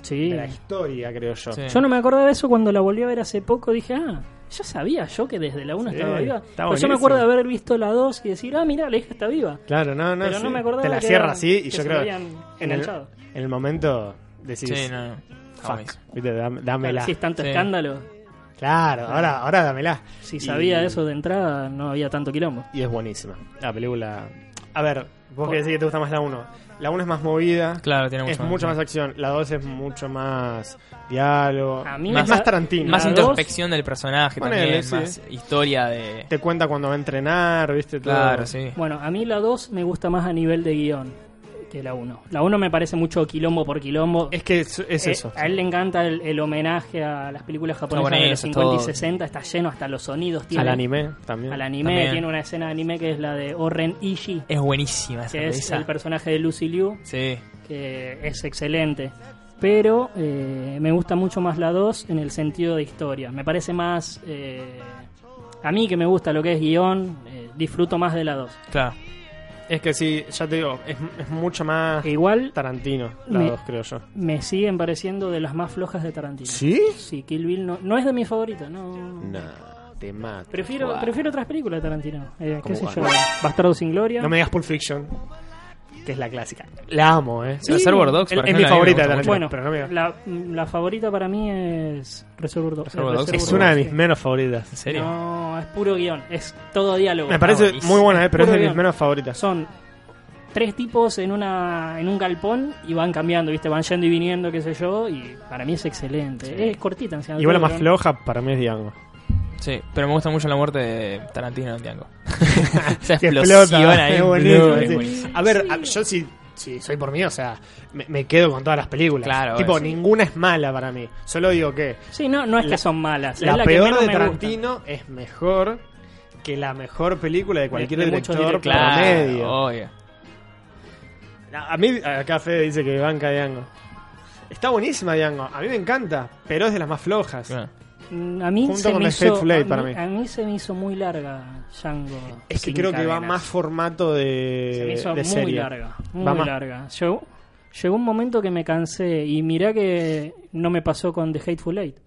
Sí. de la historia, creo yo. Sí. Yo no me acordaba de eso cuando la volví a ver hace poco. Dije, ah, ya sabía yo que desde la 1 Sí, estaba viva. está Pero yo me buenísimo. acuerdo de haber visto la 2 y decir, ah, mira, la hija está viva. Claro, no, no. Pero sí. no me acordaba Te la que cierra era- así que y se yo lo creo. habían En el, enganchado. en el momento decís. Sí, no, no. Está Fuck. buenísimo. Viste, dam- Claro, dámela. si es tanto Sí. escándalo. Claro, ahora, ahora dámela. Si Y- sabía eso de entrada, no había tanto quilombo. Y es buenísima. La película. A ver, vos que decís que te gusta más la 1. La 1 es más movida. Claro, tiene mucho es mucho más acción. La 2 es mucho más diálogo. A mí es me- más Tarantino. Más La dos- introspección del personaje Ponele, también, sí. más historia de... Te cuenta cuando va a entrenar, ¿viste? Todo. Claro, sí. Bueno, a mí la 2 me gusta más a nivel de guión que la 1. La 1 me parece mucho quilombo por quilombo. Es que es, es Eh, eso. A él le encanta el, el homenaje a las películas japonesas de los Japonesas, 50 y todo. 60. Está lleno hasta los sonidos. Tiene, Al anime también. Al anime. También. Tiene una escena de anime que es la de Oren Ishii, Es buenísima esa que es risa. el personaje de Lucy Liu, Sí. que es excelente. Pero eh, me gusta mucho más la 2 en el sentido de historia. Me parece más... eh, a mí que me gusta lo que es guión, eh, disfruto más de la 2. Claro. Es que sí, ya te digo, es, es mucho más Igual Tarantino, la Me- dos, creo yo. me siguen pareciendo de las más flojas de Tarantino. ¿Sí? Sí, Kill Bill no, no es de mi favorita, no. Nah, te mato. Prefiero, Guau. prefiero otras películas de Tarantino. Eh, ¿Qué ¿Cómo sé cuál? yo? Bastardo sin Gloria. No me digas Pulp Fiction, que es la clásica. La amo, ¿eh? Sí. Reservoir Dogs, Es- por es mi ejemplo, a mí me favorita gusta de mucho. Bueno, Tarantino, pero no me digas. la, la favorita para mí es Reservoir Dogs. Reservoir Dogs Es Seguro. una de mis menos favoritas. ¿En serio? No, es puro guión, es todo diálogo. Me parece buenísimo. muy buena, ¿eh? pero es Puro de mis guión. menos favoritas. Son tres tipos en una en un galpón y van cambiando, ¿viste? Van yendo y viniendo, qué sé yo, y para mí es excelente. Es cortita, encima, Igual la todo más guión. floja para mí es Diango. Sí, pero me gusta mucho la muerte de Tarantino en [LAUGHS] Django. Esa Que explosión explota, ahí. es buenísimo, boludo, es sí. buenísimo. A ver, a- yo sí, sí, soy por mí, o sea, me, me quedo con todas las películas. Claro, tipo, sí. ninguna es mala para mí. Solo digo que Sí, no, no es La- que son malas. la, es la que peor menos de me gusta. Tarantino es mejor que la mejor película de cualquier de muchos director directores. Claro, promedio. obvio. A mí, acá Fede dice que banca Diango. Está buenísima Diango, a mí me encanta, pero es de las más flojas. Claro. Mm, A mí, Junto se con me The hizo, Hateful Eight a para mí- mí. a mí se me hizo muy larga Django. Es que sin creo que va cadenas. más formato de, Se me hizo de muy serie. larga, muy Va más. larga. Llegó, llegó un momento que me cansé y mirá que no me pasó con The Hateful Eight.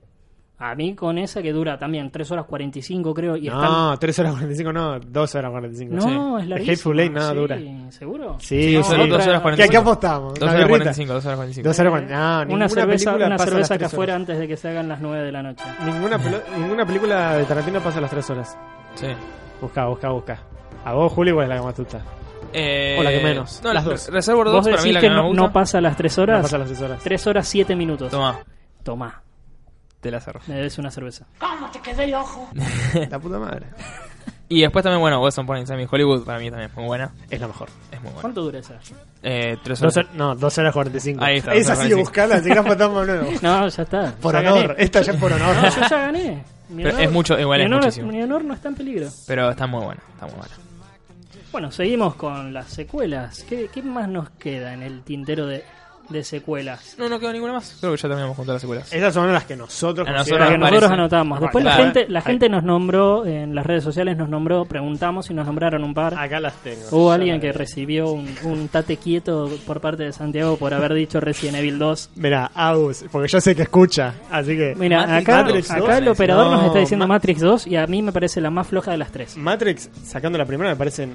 A mí con esa que dura también 3 horas 45 creo y está... No, 3 horas 45, no, 2 horas 45. No, Sí. es The larguísima. Hateful Eight, nada, sí, dura. ¿Seguro? Sí, No, sí. no, dos horas otra- ¿Qué, 45. qué apostamos? 2 horas 45, 2 horas 45. 2 horas 45. No, una ninguna cerveza, película una pasa las cerveza acá tres afuera antes de que se hagan las 9 de la noche. horas. Ninguna, pelo- ninguna película de Tarantino pasa las 3 horas. Sí. Busca, busca, busca. A vos, Julio, ¿cuál es la que más te gusta? Eh, O la que menos, No, las la- dos. Reservoir ¿Vos Dogs para mí decís la que que más me no, gusta. no pasa las 3 No horas? pasa las 3 [LAUGHS] horas. 3 horas 7 minutos. Toma, Tomá, te la cerro. me debes una cerveza. La puta madre. Y después también, bueno, Wesson Point Sammy Hollywood para mí también es muy buena. Es la mejor. Es muy buena. ¿Cuánto dura esa? Eh, tres Dos horas. hor- no, 2 horas 45. Ahí está, Esa dos horas sí, 45. buscala, si querés fantasma nuevo. No, ya está. [LAUGHS] Por ya honor, gané. esta ya es por [LAUGHS] honor. No, yo ya gané. Mi Pero es mucho- igual mi es honor, muchísimo. Mi honor no está en peligro. Pero está muy buena, está muy buena. Bueno, seguimos con las secuelas. ¿Qué, qué más nos queda en el tintero de, de secuelas? No, no quedó ninguna más. Creo que ya terminamos con todas las secuelas. Esas son las que nosotros A nosotros Las consideramos. que me nosotros parece. anotamos. Aparte, Después la claro. gente, la Ahí. gente nos nombró, en las redes sociales nos nombró, preguntamos y nos nombraron un par. Acá las tengo. Hubo Ya alguien las que veo. recibió un, un tate quieto por parte de Santiago por haber dicho Resident Evil 2. Mira, Agus, porque yo sé que escucha, así que... Mira, Matrix acá, 2, acá el no, Mm. operador nos está diciendo Ma- Matrix 2 y a mí me parece la más floja de las tres. Matrix, sacando la primera, me parecen...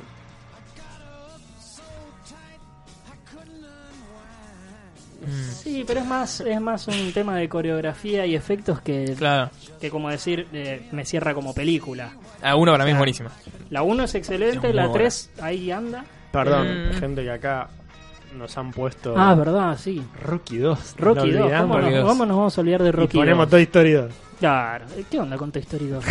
Sí, pero es más, es más un tema de coreografía y efectos que, Claro. que como decir, eh, me cierra como película. A Ah, uno para mí es buenísima. La 1 es excelente, Es muy la buena. 3 ahí anda. Perdón, Mm. gente que acá nos han puesto... Ah, verdad, sí. Rocky 2. Rocky Lo 2, olvidamos. ¿cómo, Rocky nos, dos. cómo nos vamos a olvidar de Rocky y ponemos 2? Toy Story 2. Claro, Eh, ¿qué onda con Toy Story 2?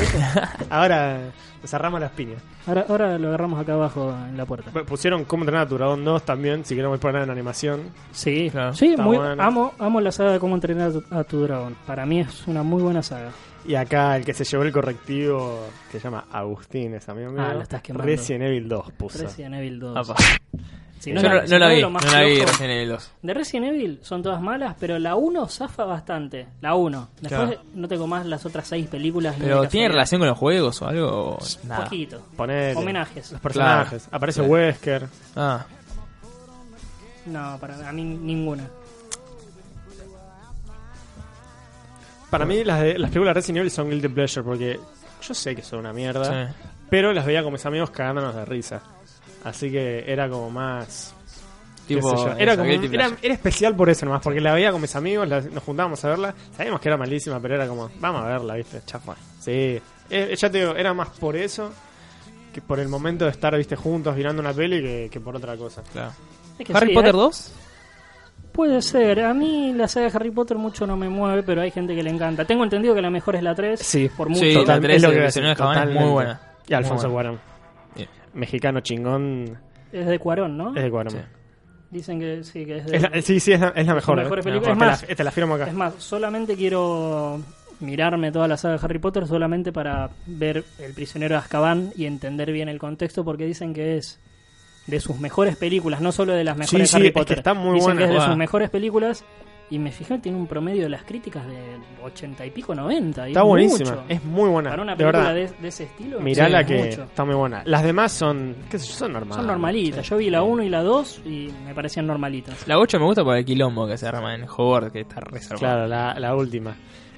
Ahora cerramos las piñas. ahora, ahora lo agarramos acá abajo en la puerta. Bueno, Pusieron Cómo entrenar a tu dragón 2 también, si queremos poner en animación. Sí, Claro. sí Está muy, bueno. amo, amo la saga de cómo entrenar a tu, a tu dragón. Para mí es una muy buena saga. Y acá el que se llevó el correctivo, que se llama Agustín, es amigo mío. Ah, lo estás quemando. Resident Evil 2 puso. Resident Evil 2. Apa. Si Yo es no, si no la es vi, lo no más la vi flojo- recién en el 2. De Resident Evil son todas malas, pero la 1 zafa bastante. La 1. Después Claro. no te comas las otras 6 películas. ni Pero de ¿tiene casualidad. relación con los juegos o algo? O Nada. Poquito. Ponele. Homenajes. Los personajes. Claro. Aparece Sí. Wesker. Ah, No, para a mí ninguna. Para mí las, de- las películas de Resident Evil son guilty pleasure porque yo sé que son una mierda, sí. pero las veía con mis amigos cagándonos de risa. Así que era como más... qué Tipo, sé yo, eso, era, como- Guilty era- Pleasure. era especial por eso nomás, porque la veía con mis amigos, la- nos juntábamos a verla, sabíamos que era malísima, pero era como, vamos a verla, ¿viste? Chafa. Sí, Eh, ya te digo, era más por eso que por el momento de estar, ¿viste? Juntos mirando una peli que, que por otra cosa. Claro. Es que ¿Harry sí, Potter hay- 2? Puede ser. A mí la saga de Harry Potter mucho no me mueve, pero hay gente que le encanta. Tengo entendido que la mejor es la 3. Sí, por mucho. Sí, la Total- tres es lo de que iba a Prisionero decir, de Azkaban es muy totalmente. buena. Y Alfonso Muy Cuarón, Bien. mexicano chingón, Es de Cuarón, ¿no? es de Cuarón. Sí. Dicen que sí, que es de... Eh. Es la- sí, sí, es la, es la mejor. las eh. mejores La películas. mejor. Es Te más, la, te la firmo acá. Es más, solamente quiero mirarme toda la saga de Harry Potter solamente para ver El prisionero de Azkaban y entender bien el contexto porque dicen que es de sus mejores películas, no solo de las mejores sí, Harry es que Potter. está muy dicen buena. que es de Ah. sus mejores películas Y me fijé, tiene un promedio de las críticas de 80 y pico, 90. y Está es buenísima, mucho. es muy buena. Para una de película verdad, de, de ese estilo, mirá sí, la es que mucho. está muy buena. Las demás son, qué sé yo, son normales. Son normalitas. Yo vi la 1 y la 2 y me parecían normalitas. La 8 me gusta por el quilombo que se arma en Hogwarts, que está reservado. Claro, la, la última.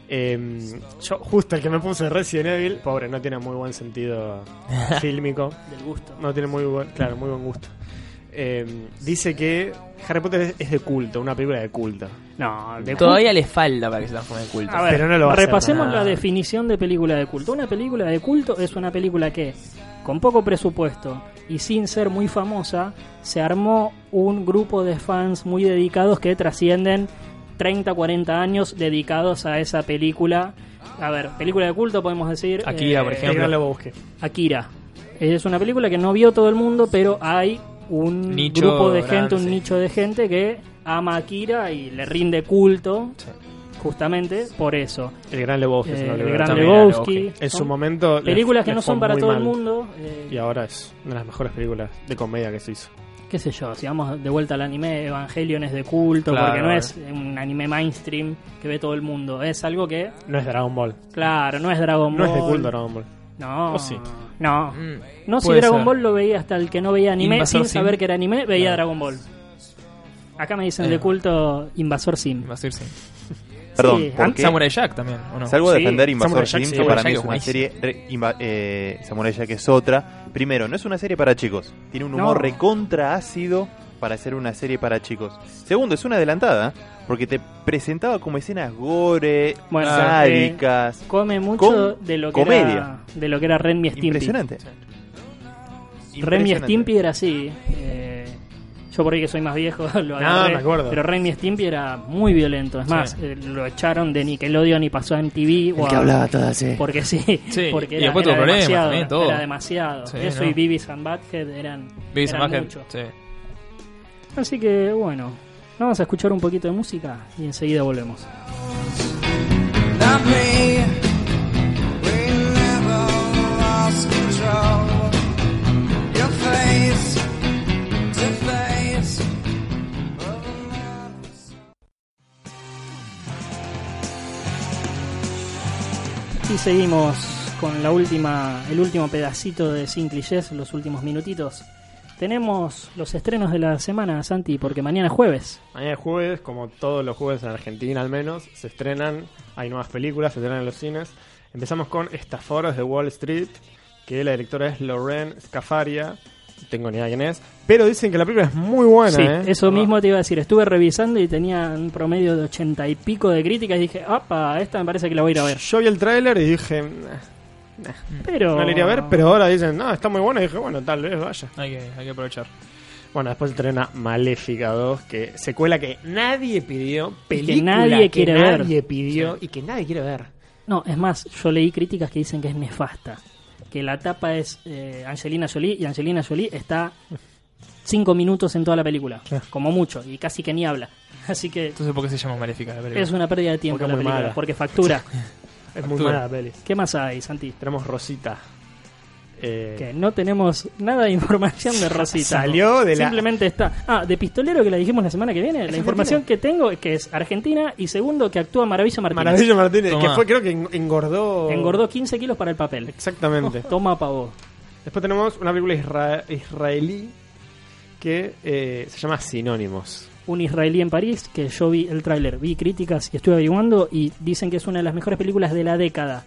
Eh, yo, justo el que me puse Resident Evil, pobre, no tiene muy [LAUGHS] buen sentido fílmico. Del gusto. No tiene muy buen, claro, muy buen gusto. Eh, dice que Harry Potter es, es de culto, una película de culto. No, de Todavía le falta para que se transforme en culto. A ver, Pero no lo va a hacer, repasemos no. la definición de película de culto. Una película de culto es una película que, con poco presupuesto y sin ser muy famosa, se armó un grupo de fans muy dedicados que trascienden 30, 40 años dedicados a esa película. A ver, película de culto podemos decir... eh, Akira, por Que ejemplo. no lo busque. Akira. Es una película que no vio todo el mundo, pero hay un Nicho grupo de grande, gente, un sí. nicho de gente que ama a Akira y le rinde culto, Sí. justamente por eso. El gran Lebowski. es Eh, una el película Gran también. Lebowski. Lebowski. En su Son momento. le- Películas que le no fue son para muy todo el mal. mundo. eh, Y ahora es una de las mejores películas de comedia que se hizo. qué sé yo, si vamos de vuelta al anime, Evangelion es de culto, Claro, porque no a ver. es un anime mainstream que ve todo el mundo. Es algo que, No es Dragon Ball. claro, no es Dragon No Ball. es de culto Dragon Ball. No, ¿O sí? no. Mm, No, si puede Dragon ser. Ball lo veía hasta el que no veía anime, Invasor sin Sim. saber que era anime, veía Claro. Dragon Ball. Acá me dicen Eh. de culto Invasor Sim. Mm, Va a ser, sí. Perdón, Sí, ¿por Am- qué? Samurai Jack también, ¿o no? Salgo a Sí, defender Invasor Samurai Jack, Jim, sí. que para Samurai mí es una Jack es serie. re- inva- eh, Samurai Jack es otra. Primero, no es una serie para chicos. Tiene un humor No. recontra ácido para ser una serie para chicos. Segundo, es una adelantada, porque te presentaba como escenas gore, Bueno, sádicas. Come mucho Com- de lo que comedia. era de lo que era Ren y Stimpy. Impresionante. Ren y Impresionante. Stimpy era así. eh, yo por ahí que soy más viejo [LAUGHS] lo Ah, agarré, me acuerdo. Pero Ren y Stimpy era muy violento. Es más, eh, lo echaron de Nickelodeon y pasó a MTV. o a- toda así. Porque sí. Sí, Porque y era, después tuvo era problemas demasiado. también, todo. Era demasiado. Sí, Eso no. y Beavis and Butthead eran, eran Baby Samaje, mucho. sí. Así que bueno, vamos a escuchar un poquito de música y enseguida volvemos. Not me. We never lost control. Your face to face. Y seguimos con la última, el último pedacito de Sin Clichés, los últimos minutitos. Tenemos los estrenos de la semana, Santi, porque mañana es jueves. Mañana es jueves, como todos los jueves en Argentina al menos, se estrenan, hay nuevas películas, se estrenan en los cines. Empezamos con Estaforos de Wall Street, que la directora es Lauren Scafaria, no tengo ni idea quién es, pero dicen que la película es muy buena. sí, ¿eh? eso Ah, mismo te iba a decir. Estuve revisando y tenía un promedio de ochenta y pico de críticas y dije, apa, esta me parece que la voy a ir a ver. Yo vi el tráiler y dije, "Nah, Pero... no la iría a ver, pero ahora dicen, no, está muy buena, y dije, bueno, tal vez vaya. Hay que, hay que aprovechar. Bueno, después se estrena Maléfica 2, que secuela que nadie pidió, Y que película nadie que quiere ver. nadie pidió y que nadie quiere ver. No, es más, yo leí críticas que dicen que es nefasta. Que la tapa es eh, Angelina Jolie y Angelina Jolie está cinco minutos en toda la película, como mucho, y casi que ni habla. [LAUGHS] Así que Entonces, ¿por qué se llama Maléfica la película? es una pérdida de tiempo Porque es la muy película, mala. porque [LAUGHS] factura. Es muy Actúa. mala la peli. ¿Qué más hay, Santi? Tenemos Rosita. Eh, Que no tenemos nada de información [LAUGHS] de Rosita. Salió de la- Simplemente está. Ah, de Pistolero que la dijimos la semana que viene. La información que tengo es que es argentina y segundo que actúa Maravillo Martínez. Maravillo Martínez, Tomá. que fue, creo que en- engordó. Engordó 15 kilos para el papel. [LAUGHS] Exactamente. Toma pavo. Después tenemos una película isra- israelí que eh, se llama Sinónimos. un israelí en París que yo vi el tráiler, vi críticas y estuve averiguando y dicen que es una de las mejores películas de la década.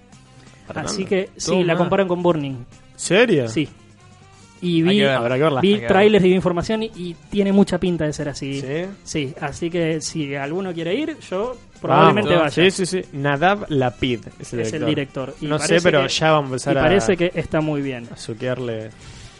Para Así tanto. que sí, Toma. la comparan con Burning. ¿Serio? Sí. Y Hay vi, que verla, habrá que verla. vi hay que trailers y vi información y, y tiene mucha pinta de ser así. ¿Sí? Sí, así que si alguno quiere ir, yo probablemente Vamos. vaya. Sí, sí, sí. Nadav Lapid es el Es director. el director. Y no sé, parece pero que- ya vamos a empezar Y a- parece que está muy bien. a suquearle.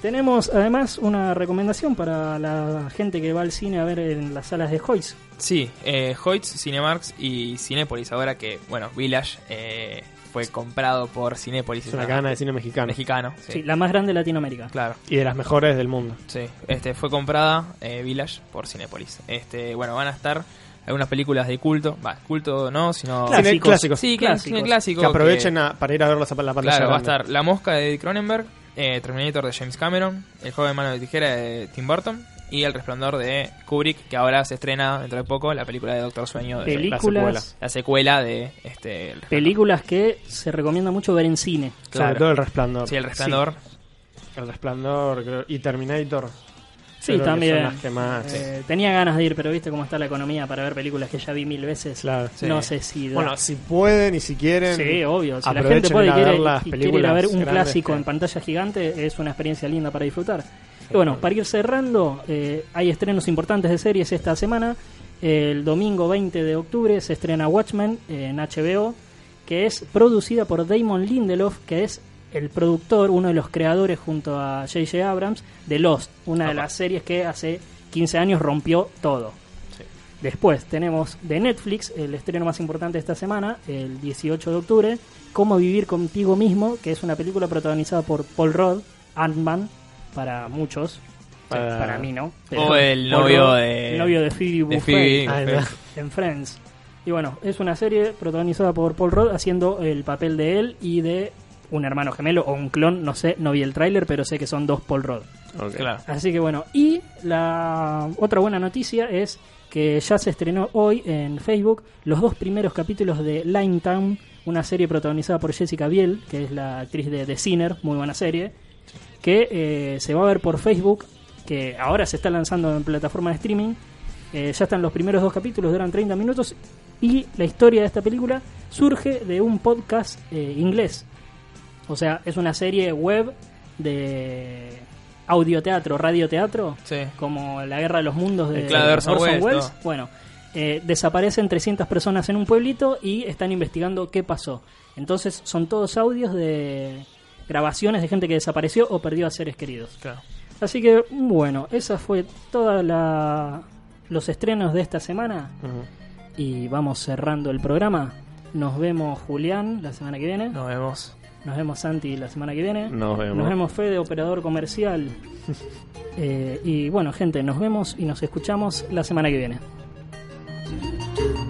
Tenemos además una recomendación para la gente que va al cine a ver en las salas de Hoyts. Sí, eh, Hoyts, Cinemarks y Cinépolis. Ahora que, bueno, Village eh, fue comprado por Cinépolis. Es una es cadena de cine mexicano. mexicano. Sí, Sí, la más grande de Latinoamérica. claro. Y de las mejores del mundo. Sí, este, fue comprada eh, Village por Cinépolis. Este, bueno, van a estar algunas películas de culto. Va, culto no, sino. Cine Clásicos. clásico. Sí, que Clásicos. cine clásico. que aprovechen que- a- para ir a verlos a la pantalla. Claro, va a grande. estar La Mosca de Cronenberg, eh, Terminator de James Cameron, El joven mano de tijera de Tim Burton, y El Resplandor de Kubrick, que ahora se estrena dentro de poco la película de Doctor Sueño, de- Peli- la Películas, secuela. la secuela de este, El Resplandor. películas que se recomienda mucho ver en cine. Claro. Sobre todo el resplandor. Sí, El Resplandor. Sí, el resplandor creo- y Terminator. Sí, creo que también. Son las que más. Eh, Tenía ganas de ir, pero viste cómo está la economía para ver películas que ya vi mil veces. Claro. No Sí. sé si. da. Bueno, si pueden y si quieren. sí, obvio. Si la aprovechen gente puede y a quiere, ver las y quiere ir películas a ver un grandes clásico que- en pantalla gigante, es una experiencia linda para disfrutar. Y bueno, para ir cerrando, eh, hay estrenos importantes de series esta semana. El domingo 20 de octubre se estrena Watchmen eh, en HBO, que es producida por Damon Lindelof, que es el productor, uno de los creadores junto a J.J. Abrams de Lost, una de Opa. las series que hace 15 años rompió todo. Después tenemos de Netflix, el estreno más importante de esta semana, el 18 de octubre, Cómo vivir contigo mismo, que es una película protagonizada por Paul Rudd, Ant-Man, para muchos, Para- para mí no. Ah. O el Paul novio Rudd, de- el novio de Phoebe de Buffet Phoebe. Ah, Buffet. no. en Friends. Y bueno, es una serie protagonizada por Paul Rudd haciendo el papel de él y de un hermano gemelo o un clon, no sé, no vi el tráiler, pero sé que son dos Paul Rudd. Ok. Claro. Así que bueno, y la otra buena noticia es que ya se estrenó hoy en Facebook los dos primeros capítulos de Limetown, una serie protagonizada por Jessica Biel, que es la actriz de The Sinner, muy buena serie, que eh, se va a ver por Facebook, que ahora se está lanzando en plataforma de streaming. Eh, ya están los primeros dos capítulos, duran 30 minutos, y la historia de esta película surge de un podcast eh, inglés o sea, es una serie web de audioteatro, radioteatro, Sí. como La Guerra de los Mundos de El claro, de Orson Welles, ¿no? Eh, Bueno, eh, desaparecen 300 personas en un pueblito y están investigando qué pasó. Entonces son todos audios de grabaciones de gente que desapareció o perdió a seres queridos. Claro. Así que, bueno, esa fue toda la los estrenos de esta semana Ujú. y vamos cerrando el programa. Nos vemos, Julián, la semana que viene. Nos vemos. Nos vemos Santi la semana que viene. Nos vemos. Nos vemos Fede, operador [LAUGHS] comercial. Eh, y bueno, gente, nos vemos y nos escuchamos la semana que viene. do